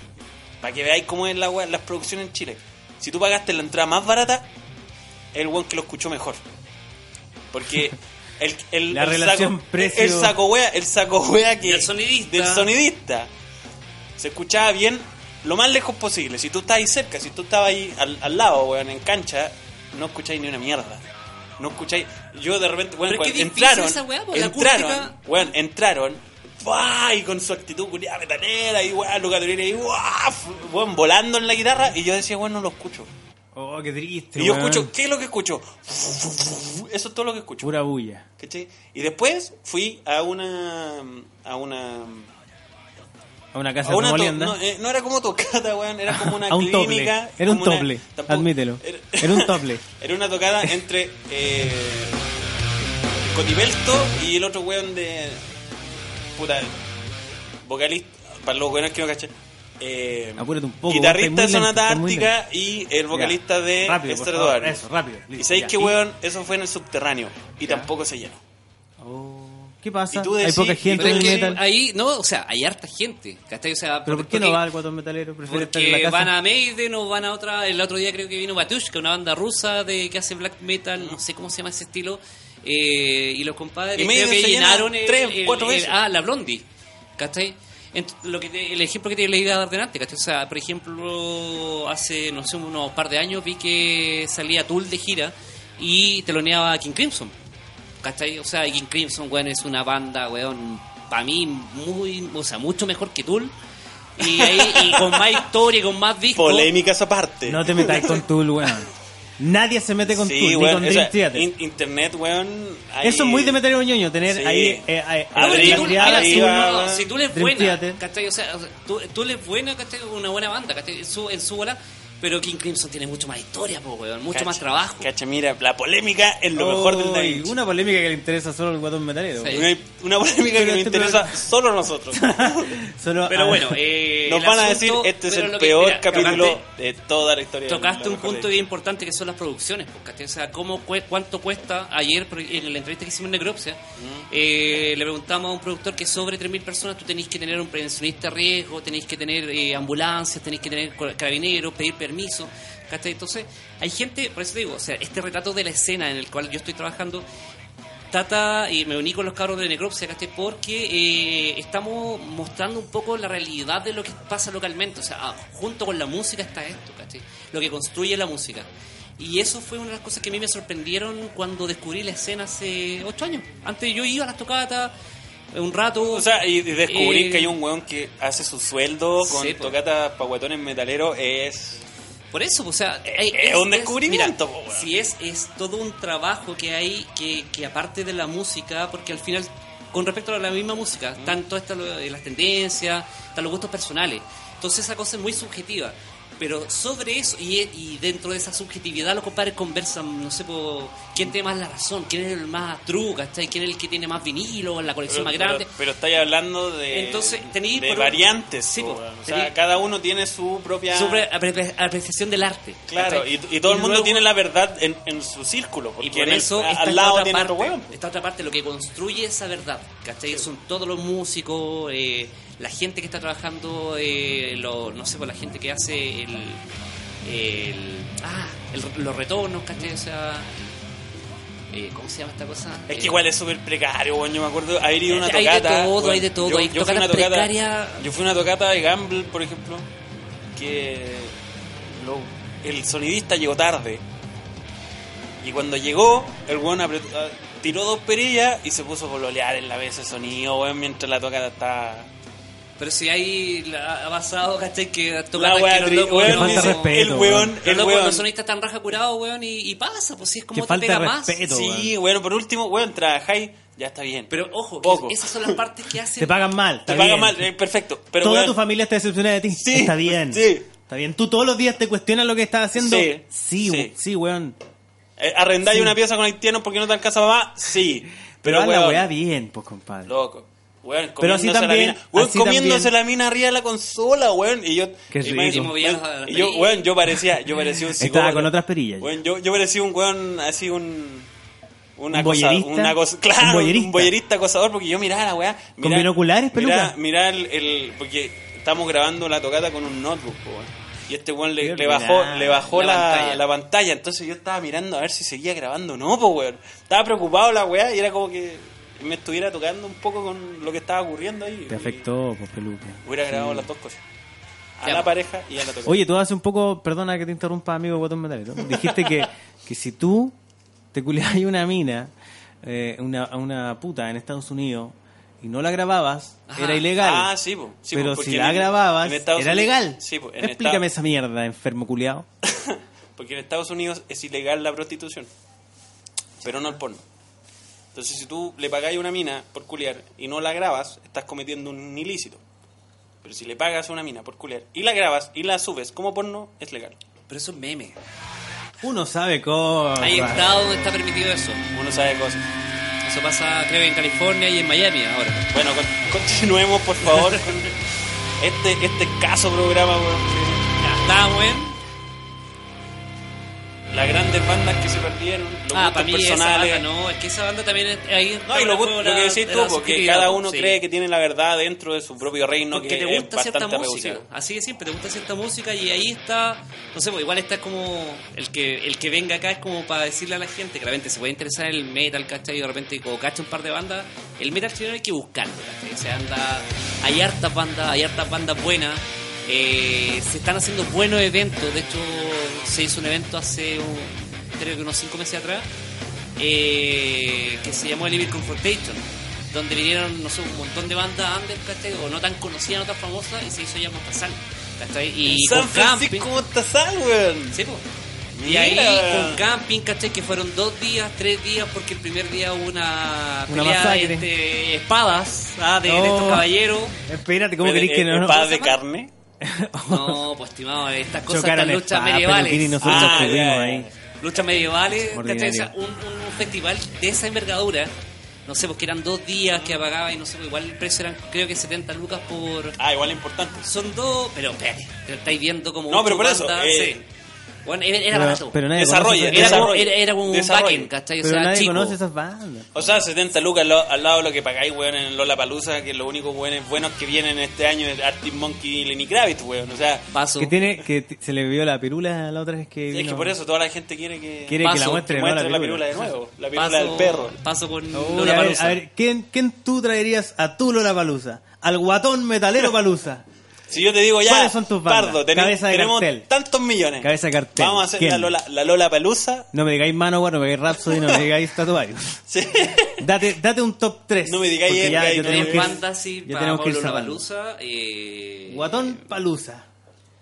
S1: para que veáis cómo es la, weá- las producciones en Chile, si tú pagaste la entrada más barata, el weón que lo escuchó mejor. Porque el, el,
S2: La
S1: el
S2: relación
S1: saco,
S2: precio-
S1: el saco wea, el saco wea que
S3: Del sonidista.
S1: del sonidista se escuchaba bien lo más lejos posible. Si tú estás ahí cerca, si tú estabas ahí al, al lado, weón, en cancha, no escucháis ni una mierda. No escucháis. Yo de repente, weón,
S3: Pero es que
S1: cuando
S3: es difícil
S1: entraron,
S3: esa weá, po, la
S1: entraron,
S3: acústica-
S1: weón, entraron, ¡fua! y con su actitud culiada metalera, y weón, Luca Turini, y ¡guau! weón, volando en la guitarra, y yo decía, weón, no lo escucho.
S2: Oh, qué triste,
S1: Y yo
S2: weón.
S1: escucho, ¿qué es lo que escucho? Eso es todo lo que escucho.
S2: pura bulla.
S1: ¿cachai? Y después fui a una. a una.
S2: A una casa
S1: A una to-
S2: molienda.
S1: no, eh, no era como tocata, weón, era como una
S2: A un toble.
S1: clínica.
S2: Era un
S1: como una-
S2: toble,
S1: tampoco-
S2: admítelo. Era un toble.
S1: era una tocada entre eh, Cotibelto y el otro weón de. Puta, vocalista. Para los weones que no caché. Eh,
S2: Apúrate un poco,
S1: Guitarrista
S2: weón,
S1: de
S2: estáis muy
S1: Sonata
S2: lento, estáis muy
S1: Ártica y el vocalista de
S2: Rápido, por
S1: Esther
S2: favor,
S1: Eduardo.
S2: eso, rápido, listo,
S1: y sabéis
S2: ya.
S1: que,
S2: Y-
S1: weón, eso fue en el subterráneo. Y tampoco se llenó.
S2: Oh, ¿Qué pasa?
S1: Y tú
S2: Hay
S1: decís-
S2: poca gente
S3: Pero
S2: en
S3: es
S2: el
S3: que
S2: metal.
S3: ahí, no, o sea, hay harta gente. ¿cachai? O sea,
S2: ¿Pero por qué no va al guatón metalero? Prefiere estar en la
S3: Porque
S2: casa.
S3: van a Maiden o van a otra. El otro día creo que vino Batushka, una banda rusa de que hace black metal, no sé cómo se llama ese estilo. eh, y los compadres
S1: Y Maiden
S3: creo que
S1: se llena
S3: llenaron el-
S1: tres,
S3: el-
S1: cuatro
S3: el-
S1: veces.
S3: ah, la Blondie. ¿Cachai? Ent- lo que te- el ejemplo que te le iba a dar delante, ¿cachai? O sea, por ejemplo, hace, no sé, unos par de años vi que salía Tool de gira y teloneaba a King Crimson. ¿Cachai? O sea, King Crimson, weón, es una banda, weón, para mí, muy, o sea, mucho mejor que Tool. Y ahí, y con más historia, y con más discos.
S1: Polémicas aparte.
S2: No te metáis con Tool, weón. Nadie se mete con
S1: Sí,
S2: Tool, ni
S1: weón,
S2: con
S1: o
S2: Dream
S1: sea,
S2: Theater.
S1: in- internet, weón. ahí-
S2: Eso es muy de meter un ñoño, tener
S1: Sí.
S2: ahí... Eh, ahí-
S1: A
S2: la
S1: Dream,
S2: realidad
S1: mira,
S2: de
S3: si,
S1: sí,
S2: Tool,
S1: va-
S3: uno- si Tool es
S2: Dream
S3: buena,
S2: Theater.
S3: ¿cachai? O sea, o sea, Tool, Tool es buena, ¿cachai? Una buena banda, ¿cachai? En su, en su bola. Pero King Crimson tiene mucho más historia, po, weón, mucho
S1: Cacha,
S3: más trabajo.
S1: Cacha, mira, la polémica es lo mejor del Da
S2: Oy,
S1: Vinci.
S2: Una polémica que le interesa solo al guatón metalero.
S3: Sí.
S1: Una, una polémica que
S2: Pero
S1: nos
S2: este
S1: interesa
S2: programa-
S1: solo a nosotros.
S2: Solo
S3: Pero
S2: a-
S3: bueno, eh,
S1: Ah, Nos
S3: el
S1: van a decir,
S3: asunto-
S1: este es
S3: pero
S1: el
S3: lo que-
S1: peor
S3: mira,
S1: capítulo
S3: tocaste-
S1: de toda la historia.
S3: Tocaste
S1: de la
S3: un
S1: mejor
S3: punto
S1: de-
S3: bien importante que son las producciones, po, ¿cachai? O sea, cómo cue- ¿cuánto cuesta? Ayer, por- en la entrevista que hicimos en Necropsia,
S1: Mm.
S3: eh, le preguntamos a un productor que sobre 3.000 personas tú tenéis que tener un prevencionista a riesgo, tenéis que tener eh, ambulancias, tenéis que tener cor- carabineros, pedir permiso, ¿cachai? Entonces, hay gente, por eso te digo, o sea, este retrato de la escena en el cual yo estoy trabajando Tata y me uní con los cabros de Necropsia, ¿cachai? Porque eh, estamos mostrando un poco la realidad de lo que pasa localmente. O sea, ah, junto con la música está esto, ¿cachai? Lo que construye la música. Y eso fue una de las cosas que a mí me sorprendieron cuando descubrí la escena hace ocho años. Antes yo iba a las tocatas eh, un rato.
S1: O sea, y, y descubrir
S3: Eh,
S1: que hay un weón que hace su sueldo con
S3: sí, pues. po.
S1: tocatas paguatones metaleros es.
S3: Por eso, o sea,
S1: es un descubrimiento, po, weón.
S3: si es, es todo un trabajo que hay que, que aparte de la música, porque al final, con respecto a la misma música, están todas estas lo- eh, las tendencias, están los gustos personales. Entonces esa cosa es muy subjetiva. Pero sobre eso, y, y dentro de esa subjetividad, los compadres conversan, no sé, po, quién tiene más la razón, quién es el más true, ¿cachai? quién es el que tiene más vinilo, la colección más grande.
S1: Pero, pero estáis hablando de,
S3: Entonces, tení
S1: de
S3: por un-
S1: variantes.
S3: Sí,
S1: po,
S3: po,
S1: weón. o
S3: tení-
S1: sea, cada uno tiene su propia.
S3: Su apre- apre- apreciación del arte.
S1: Claro,
S3: ¿cachai?
S1: y, y todo el mundo
S3: luego-
S1: tiene la verdad en, en su círculo. Porque
S3: Y por
S1: en el-
S3: eso
S1: a-
S3: está
S1: al lado
S3: esta
S1: tiene
S3: otra
S1: otro
S3: parte,
S1: weón.
S3: esta otra parte, lo que construye esa verdad, ¿cachai? Son todos los músicos, eh, la gente que está trabajando, eh, lo- no sé, pues, la gente que hace el, el- ah, el- los retornos, ¿cachai? O sea, eh, ¿Cómo se llama esta cosa?
S1: Es
S3: Eh,
S1: que igual es súper precario, weón. Yo me acuerdo haber ido a una
S3: Hay de
S1: tocata.
S3: todo,
S1: weón.
S3: hay de todo,
S1: Yo,
S3: hay
S1: yo fui a una
S3: tocatas
S1: tocata,
S3: precarias.
S1: Yo fui a una tocata de Gamble, por ejemplo, que lo- el sonidista llegó tarde. Y cuando llegó, el weón apretó- ah, tiró dos perillas y se puso a pololear en la mesa de sonido, weón, mientras la tocata estaba...
S3: Pero si hay la- ha pasado, ¿cachai? Que
S1: La
S3: tocaban
S1: wea
S3: que los
S1: tri-
S3: locos-
S1: weón,
S2: le falta
S1: dice,
S2: respeto,
S1: el weón,
S3: Los
S1: el
S3: locos no
S1: weón.
S3: son ahí tan raja curado, weón, y, y pasa, pues si es como
S2: Que
S3: te
S2: falta
S3: pega
S2: de
S3: más.
S2: respeto.
S1: Sí, bueno, por último, weón, trabajáis, ya está bien.
S3: Pero ojo, que
S1: Poco.
S3: esas son las partes que hacen.
S2: Te pagan mal.
S1: te
S2: está
S1: paga
S2: bien.
S1: mal, eh, perfecto. Pero
S2: Toda
S1: weón,
S2: tu familia está decepcionada de ti.
S1: Sí,
S2: está bien.
S1: sí.
S2: Está bien. Tú todos los días te cuestionas lo que estás haciendo.
S1: Sí,
S2: Sí,
S1: sí.
S2: sí, weón.
S1: Eh, ¿Arrendáis una pieza con haitianos porque no te alcanza mamá? Sí.
S2: Pero
S1: Pero,
S2: haz Ah, la
S1: weón,
S2: weá bien, pues, compadre.
S1: loco. Weón,
S2: Pero así
S1: comiéndose
S2: también,
S1: la mina. Weón,
S2: así
S1: comiéndose
S2: también.
S1: la mina arriba de la consola, weón. Y yo.
S2: Qué
S1: y
S2: rico.
S1: imagínate,
S3: Y movían las-
S1: y yo, weón, yo parecía, yo parecía un
S2: Estaba
S1: psicópata.
S2: con otras perillas ya.
S1: Weón, yo, yo parecía un weón, así un. Una
S2: ¿Un
S1: cosa,
S2: voyerista?
S1: una cosa, claro,
S2: ¿Un
S1: un
S2: voyerista?
S1: boyerista, acosador, porque yo miraba la weá. miraba-
S2: binoculares,
S1: miraba-
S2: peluca?
S1: Miraba el, el- Porque estamos grabando la tocata con un notebook, po, weón. Y este weón
S2: Qué
S1: le, le bajó,
S2: ordinario.
S1: le bajó
S3: La
S1: la,
S3: pantalla.
S1: la pantalla. Entonces yo estaba mirando a ver si seguía grabando o no, pues, weón. Estaba preocupado la weá y era como que me estuviera tocando un poco con lo que estaba ocurriendo ahí.
S2: Te afectó, pues, peluca.
S1: Y Hubiera grabado las dos cosas. A
S3: Ya,
S1: la
S3: pues.
S1: pareja y a la tocata.
S2: Oye, tú hace un poco, perdona que te interrumpa, amigo Guatón Metalero. Dijiste que, que si tú te culeabas a una mina, eh, una, a una puta en Estados Unidos, y no la grababas,
S3: Ajá.
S2: era ilegal.
S1: Ah, sí, po. Sí, po,
S2: pero
S1: porque
S2: si
S1: en-
S2: la grababas,
S1: en
S2: era
S1: Estados Unidos-
S2: legal.
S1: Sí, po, en
S2: Explícame
S1: Estados-
S2: esa mierda, enfermo culiao.
S1: Porque en Estados Unidos es ilegal la prostitución, pero no el porno. Entonces, si tú le pagáis a una mina por culiar y no la grabas, estás cometiendo un ilícito. Pero si le pagas a una mina por culiar y la grabas y la subes como porno, es legal.
S3: Pero eso es meme.
S2: Uno sabe cómo.
S3: Hay estados donde está permitido eso.
S1: Uno sabe cosas.
S3: Eso pasa, creo, en California y en Miami ahora.
S1: Bueno, con- continuemos, por favor, con este, este caso programa, weón.
S3: Ya está, weón.
S1: Las grandes bandas que se perdieron, los
S3: Ah,
S1: gustos
S3: para mí
S1: personales.
S3: esa banda, no, es que esa banda también es- ahí está
S1: No, y lo,
S3: la-
S1: gut- lo
S3: la-
S1: que decís
S3: la
S1: tú, porque
S3: subjetividad,
S1: cada uno
S3: sí.
S1: cree que tiene la verdad dentro de su propio reino,
S3: porque
S1: que
S3: te gusta
S1: es
S3: cierta
S1: bastante
S3: música.
S1: reducido.
S3: Así de siempre, te gusta cierta música y ahí está, no sé, pues igual está como el que el que venga acá es como para decirle a la gente que de repente se puede interesar en el metal, ¿cachai? Y de repente como cacha un par de bandas, el metal chileno hay que buscarlo, ¿cachai? O sea, anda, hay hartas bandas, hay hartas bandas buenas. eh, se están haciendo buenos eventos, de hecho se hizo un evento hace un- creo que unos cinco meses atrás eh, que se llamó Living Confrontation, donde vinieron no sé, un montón de bandas under, ¿cachai? o no tan conocidas, no tan famosas, y se hizo ya Montazal. ¿cachai? Y
S1: San
S3: con camping.
S1: Francisco Montazal, weón.
S3: Sí, po. Y
S1: Mira.
S3: ahí con camping, ¿cachai? Que fueron dos días, tres días, porque el primer día hubo una
S2: Una
S3: pelea
S2: masacre.
S3: entre espadas ah, de, de estos
S2: Oh.
S3: caballeros.
S2: Espérate, ¿cómo
S1: Pero,
S2: querés que
S1: eh,
S2: no?
S1: ¿espada de carne?
S3: No, pues estimado, estas cosas,
S2: Chocaron
S3: estas luchas
S2: espadas,
S3: medievales.
S2: peluquín, y nosotros
S1: Ah,
S2: estuvimos
S1: ya, ya.
S2: ahí.
S3: luchas medievales, ¿eh? ¿cachai? O sea,
S2: Ordinario.
S3: un, un- un festival de esa envergadura, no sé, porque eran dos días que apagaba y no sé, pues igual el precio eran creo que 70 lucas por...
S1: Ah, igual importante.
S3: Son dos, pero espérate, te estáis viendo como...
S1: No, pero por
S3: ocho
S1: eso,
S3: bandas,
S1: eh,
S3: sí. Bueno, era, era
S2: Pero-
S3: barato.
S2: pero nadie
S1: Desarrolla,
S2: conoce-
S3: era,
S1: desarrolla.
S3: como, era, era como un
S1: Desarrolla.
S3: backend, ¿cachai? O
S2: Pero
S3: sea,
S2: nadie
S3: chico.
S2: conoce esas bandas.
S1: O sea, 70 lucas al lo- al lado de lo que pagáis, weón, en Lola Palusa, que los únicos weones buenos que vienen este año es Arctic Monkey y Lenny Kravitz, weón. O sea,
S3: Paso.
S2: Que tiene, que t- se le vio la pirula la otra vez que.
S1: es
S2: vino.
S1: que por eso toda la gente quiere que,
S2: Quiere
S3: Paso,
S2: que la muestre,
S1: que
S2: ¿no?
S1: muestre la pirula de nuevo, la pirula
S3: paso-
S1: del perro.
S3: Paso con
S2: Uy,
S3: Lola
S2: a ver,
S3: Palusa.
S2: a ver, ¿quién, ¿quién tú traerías a tu Lola Palusa? Al guatón metalero Palusa.
S1: Si yo te digo ya,
S2: ¿Cuáles son tus bandas?
S1: Pardo, tenemos-
S2: Cabeza de
S1: tenemos
S2: cartel.
S1: tantos millones.
S2: Cabeza de cartel.
S1: Vamos a hacer
S2: ¿Quién?
S1: la Lola, la Lola Palusa.
S2: No me digáis Manowar, no me digáis Rhapsody, no me digáis Tatuarios.
S1: Sí.
S2: Date, date un top 3.
S1: No me digáis
S2: porque
S1: Edgar,
S2: ya, ya
S1: no me
S2: tenemos
S3: Tres
S2: que ir-
S3: bandas, sí,
S2: ya
S3: para
S2: tenemos que ir
S3: Pablo Lola
S2: cerrando.
S3: Palusa. Eh,
S2: Guatón Palusa.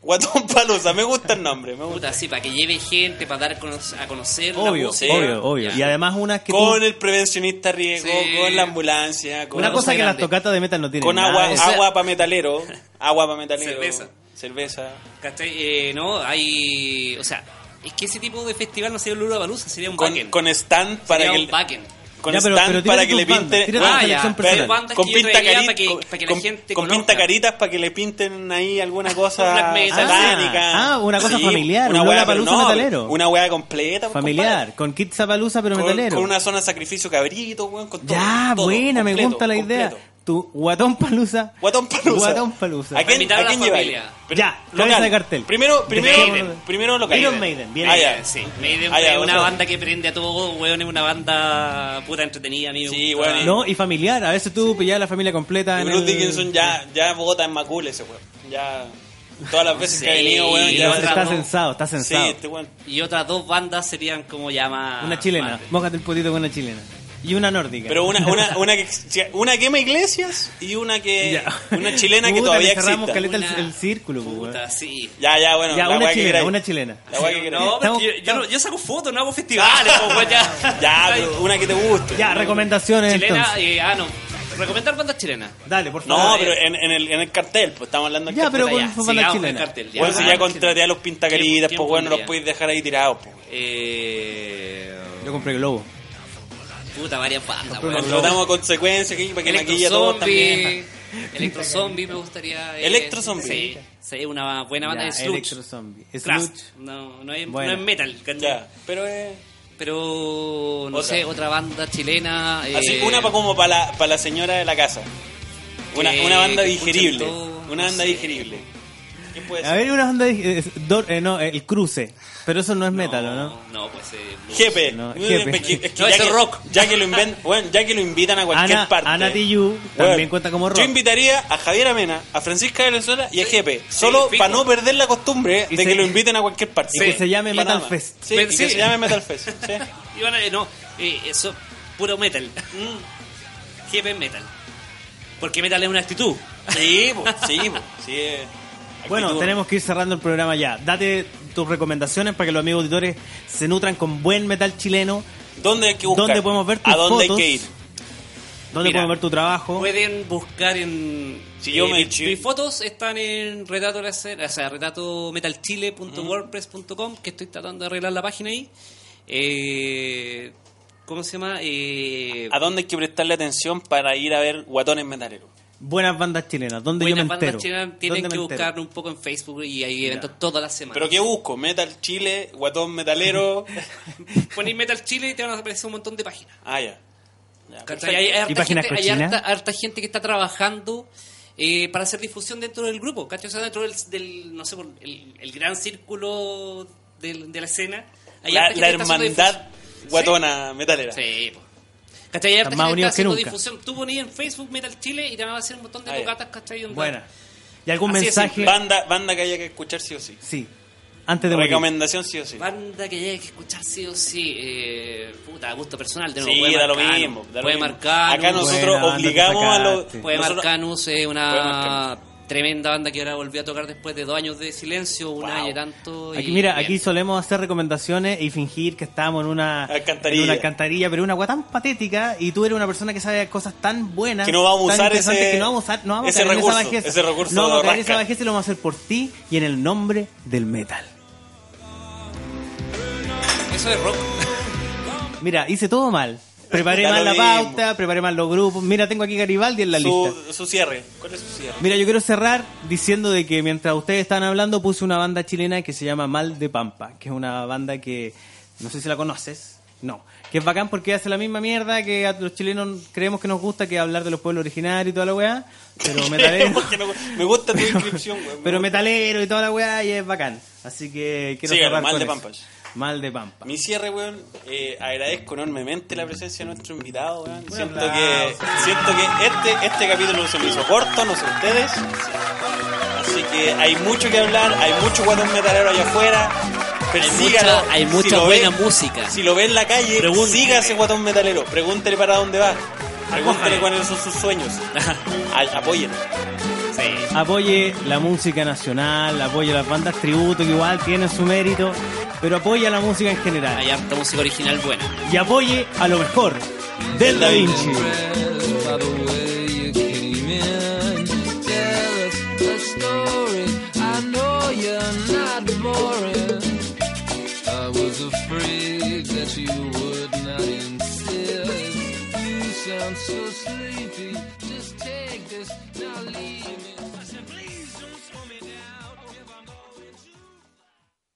S1: Guatón Palusa, me gusta el nombre, me gusta.
S3: Puta, sí, para que lleve gente, para dar a conoc- a conocer la
S2: Obvio,
S3: música.
S2: obvio, obvio.
S3: Ya.
S2: Y además unas que
S1: Con
S2: tú-
S1: el prevencionista riesgo,
S3: Sí.
S1: con la ambulancia, con,
S2: Una
S3: la
S2: cosa
S3: cosa
S2: que las
S3: grande.
S2: tocatas de metal no tienen.
S1: con
S2: nada
S1: agua,
S2: de-
S3: sea-
S1: agua para metalero, agua para metalero,
S3: Cerveza.
S1: cerveza.
S3: ¿Cachai? Eh, no, hay... O sea, es que ese tipo de festival no sería un Lula Balusa, sería un
S1: Con,
S3: backend.
S1: con stand para
S3: sería
S1: que
S3: un backend.
S1: con
S2: Ya, pero-
S1: stand
S2: pero tírate
S1: para que
S2: tus
S1: le
S2: bandas,
S1: pinten
S2: tírate
S3: Ah,
S2: tu
S3: ya,
S2: selección
S3: pero
S2: personal.
S3: bandas que
S1: con
S3: yo
S1: pinta
S3: traería
S1: cari-
S3: para que-
S1: con-
S3: para que la
S1: con- con
S3: gente conozca.
S1: pinta caritas para que le pinten ahí alguna cosa
S3: Black metal.
S1: satánica.
S2: Ah, una cosa familiar, un
S1: hueá,
S2: Lollapalooza
S1: pero
S2: metalero.
S1: Una hueá completa, pues, compadre.
S2: Familiar, con Kids Palusa pero
S1: Con,
S2: metalero.
S1: con una zona de sacrificio cabrito, weón, con todo.
S2: Ya,
S1: todo,
S2: buena, me
S1: completo,
S2: gusta la idea.
S1: completo.
S2: tu Guatón Palusa.
S1: Guatón Palusa.
S2: Guatón Palusa.
S1: ¿A quién,
S3: Invitar a
S1: a
S3: la
S1: quién lleváis?
S3: familia.
S1: Pero-
S2: Ya,
S1: local.
S2: cabeza de cartel.
S1: Primero,
S2: De
S1: primero,
S2: Maiden.
S1: primero local.
S2: Iron Maiden, bien.
S1: Ah,
S2: ahí.
S1: ya,
S3: Eh, sí. Maiden
S1: Ah, ya,
S3: es
S1: vos
S3: una
S1: sabés.
S3: banda que prende a todo, weón, es una banda puta entretenida, amigo.
S1: Sí, weón, y-
S2: No, y familiar. A veces tú pillabas la familia completa.
S1: Y
S2: en
S1: Bruce
S2: el-
S1: Dickinson ya, ya vota en Macul ese weón. Ya. Todas las veces que ha
S3: Sí,
S1: venido, weón,
S3: y
S1: ya
S3: lo
S1: va-
S3: otra,
S2: Está
S3: ¿no?
S2: sensado, está sensado.
S1: Sí, este weón.
S3: Y otras dos bandas serían como ya más...
S2: Una chilena.
S3: más-
S2: Mójate el potito con una chilena. Y una nórdica.
S1: Ah, Pero una, una, una que una quema iglesias y una que
S2: Ya.
S1: eh, una chilena que
S2: Puta,
S1: todavía
S2: le cerramos
S1: exista.
S2: caleta el-
S3: Una-
S2: el círculo, pues, weón.
S3: Puta, sí.
S1: Ya, ya, bueno,
S2: Ya,
S1: la
S2: una
S1: weá que
S2: chilena,
S1: queráis.
S2: una chilena.
S1: La weá que queráis.
S3: No, pero
S2: Estamos-
S3: yo, yo no- yo saco fotos, no hago festivales, po, weón, ya.
S1: Ya, pero una que te guste.
S2: Ya, recomendaciones
S3: Chilena,
S2: entonces.
S3: eh, ah, no. Recomendar bandas chilenas.
S2: Dale, por
S1: No,
S2: favor.
S1: pero en, en, el, en el cartel, pues estamos hablando del
S2: Ya,
S1: cartel.
S2: pero
S3: Puta,
S2: con-
S3: ya,
S2: con bandas
S3: sigamos el
S2: chilenas.
S3: cartel, Ah,
S1: Bueno, si ya
S3: bandas
S1: contraté a los pintacaritas,
S3: ¿Quién-
S1: pues bueno,
S3: quién
S1: los
S3: pondría?
S1: podéis dejar ahí tirados, pues.
S3: chilenas. Eh...
S2: Yo compré Globo.
S3: Puta, varias bandas,
S2: Compré
S3: weón.
S2: una
S1: Contratamos a consecuencia aquí para que maquilla todo también.
S3: Electrozombie. Electrozombie me gustaría. eh,
S1: Electrozombie.
S3: Sí, sí, una buena banda
S2: Ya,
S3: de Sludge.
S2: Electro Zombie.
S3: Thrash.
S2: Sludge.
S3: No, no es,
S2: Bueno.
S3: no es metal, ¿cachai?
S1: Ya, pero eh,
S3: Pero, no
S1: Otra.
S3: sé, otra banda chilena. eh,
S1: así, una para como para la, pa' la señora de la casa. Una,
S3: que-
S1: una banda
S3: que escuchen
S1: digerible.
S3: todo,
S1: una
S3: no
S1: banda
S3: sé.
S1: digerible. ¿Quién puede
S2: A
S1: ser?
S2: ver, una onda de. eh, Dor- eh, no, el cruce. Pero eso no es metal, ¿o no?
S3: No, pues. eh, blues.
S1: Jefe,
S2: No,
S1: es
S2: jefe.
S1: que- es que
S3: No,
S1: ya
S3: ese
S1: que-
S3: rock.
S1: Ya que, lo inven- bueno, ya que lo invitan a cualquier
S2: Ana-
S1: parte.
S2: Ana Tijoux también cuenta como rock.
S1: Yo invitaría a Javier Amena, a Francisca Valenzuela y a Jefe.
S3: sí,
S1: solo
S3: fijo.
S1: para no perder la costumbre
S2: Y
S1: de
S2: se-
S1: que lo inviten a cualquier parte.
S2: y que se llame
S1: Pa' nada más.
S2: Metal Fest.
S1: Sí,
S3: Pero
S1: y
S3: sí.
S1: que se llame Metal Fest. sí.
S3: Y bueno, eh, no, eh, eso, puro metal. Mm, Jefe metal. Porque metal es una actitud.
S1: Sí, po, sí, po, sí, eh,
S2: Bueno,
S1: actitud.
S2: tenemos que ir cerrando el programa ya. Date tus recomendaciones para que los amigos auditores se nutran con buen metal chileno.
S1: ¿Dónde hay que buscar?
S2: ¿Dónde podemos ver tus
S1: ¿A dónde
S2: fotos?
S1: hay que ir?
S2: ¿Dónde
S3: Mira,
S2: podemos ver tu trabajo?
S3: Pueden buscar en. eh,
S1: Si yo me-
S3: mis,
S1: si-
S3: mis fotos están en retrato, o sea, retatometalchile.wordpress.com, que estoy tratando de arreglar la página ahí. Eh, ¿Cómo se llama? Eh,
S1: ¿A dónde hay que prestarle atención para ir a ver guatones metaleros?
S2: Buenas bandas chilenas. ¿Dónde yo
S3: buenas
S2: me
S3: bandas
S2: entero?
S3: chilenas
S2: ¿Dónde
S3: tienen que
S2: me entero?
S3: buscar un poco en Facebook y hay eventos todas las semanas.
S1: ¿Pero qué busco? ¿Metal Chile? ¿Guatón metalero?
S3: Ponéis Metal Chile y te van a aparecer un montón de páginas.
S1: ah, ya. Ya,
S3: ¿Cachai? Hay, hay
S2: ¿Y
S3: harta,
S2: páginas
S3: gente, hay
S2: cochinas?
S3: harta, harta gente que está trabajando eh, para hacer difusión dentro del grupo, ¿cachai? O sea, dentro del, del- no sé, por el, el gran círculo del- de la escena. Hay
S1: la,
S3: harta gente
S1: la
S3: que está haciendo
S1: hermandad
S3: difusión.
S1: guatona metalera.
S3: Sí, sí, po. ¿Cachai? Hay harta
S2: Están más
S3: gente que
S2: unidos
S3: está
S2: que
S3: haciendo
S2: nunca.
S3: difusión. Tú ponías en Facebook Metal Chile y te van a hacer un montón de
S1: Ah, ya.
S3: tocatas, ¿cachai? Onda-
S2: Buena. ¿Y algún
S3: Así de
S2: mensaje?
S3: simple.
S1: Banda, banda que haya que escuchar sí o sí.
S2: Sí. Antes de morir.
S1: Recomendación sí o sí.
S3: Banda que hay que escuchar sí o sí. Eh, puta, a gusto personal. De nuevo,
S1: Sí,
S3: puede
S1: da lo
S3: Marcano,
S1: mismo. da lo
S3: puede
S1: mismo.
S3: marcar.
S1: Acá nosotros
S2: Buena banda que
S1: obligamos a los.
S2: sacaste.
S3: Puede
S1: nosotros-
S3: Marcanus es
S1: Puede
S3: una
S1: Marcanus.
S3: tremenda banda que ahora volvió a tocar después de dos años de silencio, un
S1: Wow.
S3: año y tanto. y
S2: Aquí, mira,
S3: bien.
S2: aquí solemos hacer recomendaciones y fingir que estábamos en una
S1: Alcantarilla.
S2: en una alcantarilla, pero una agua tan patética y tú eres una persona que sabe cosas tan buenas,
S1: Que no vamos a usar
S2: tan interesantes,
S1: ese-
S2: que no vamos a usar, no vamos a
S1: ese
S2: caer en esa
S1: recurso,
S2: bajeza.
S1: ese recurso
S2: no vamos a caer en
S1: rasca.
S2: esa bajeza y lo vamos a hacer por ti y en el nombre del metal.
S3: Eso es rock.
S2: Mira, hice todo mal. Preparé
S1: Da
S2: mal
S1: lo
S2: la
S1: mismo.
S2: pauta, preparé mal los grupos. Mira, tengo aquí Garibaldi en la lista.
S1: Su, su cierre. ¿Cuál es su cierre?
S2: Mira, yo quiero cerrar diciendo de que mientras ustedes estaban hablando puse una banda chilena que se llama Mal de Pampa, que es una banda que no sé si la conoces. No, que es bacán porque hace la misma mierda que a los chilenos creemos que nos gusta, que es hablar de los pueblos originarios y toda la weá, pero metalero,
S1: Porque me, me gusta tu inscripción, güey.
S2: pero metalero y toda la weá y es bacán. Así que quiero
S1: Sí,
S2: cerrar
S1: Mal
S2: con
S1: de
S2: eso.
S1: Pampa.
S2: Mal de Pampa.
S1: Mi cierre, weón, eh, agradezco enormemente la presencia de nuestro invitado, weón. Siento
S2: aplauso.
S1: que, siento que este, este capítulo se me hizo corto, no sé ustedes. Así que hay mucho que hablar, hay mucho guatón metalero allá afuera. Persígalo.
S3: mucha- hay mucha
S1: lo
S3: buena música.
S1: Si lo ve en la calle,
S3: Pregúntele.
S1: siga a ese guatón metalero. Pregúntele para dónde va. Pregúntele cuáles son sus sueños. A- Apóyenlo.
S3: Sí.
S2: apoye la música nacional, apoye las bandas tributo que igual tienen su mérito, pero apoya la música en general.
S3: Hay harta música original buena.
S2: y apoye a lo mejor del Da Vinci.
S7: by the way you came in. Tell us a story. I know you're not boring. I was afraid that you would not insist. You sound so sleepy. Just take this, now leave it. I said, please don't slow me down. If I'm going to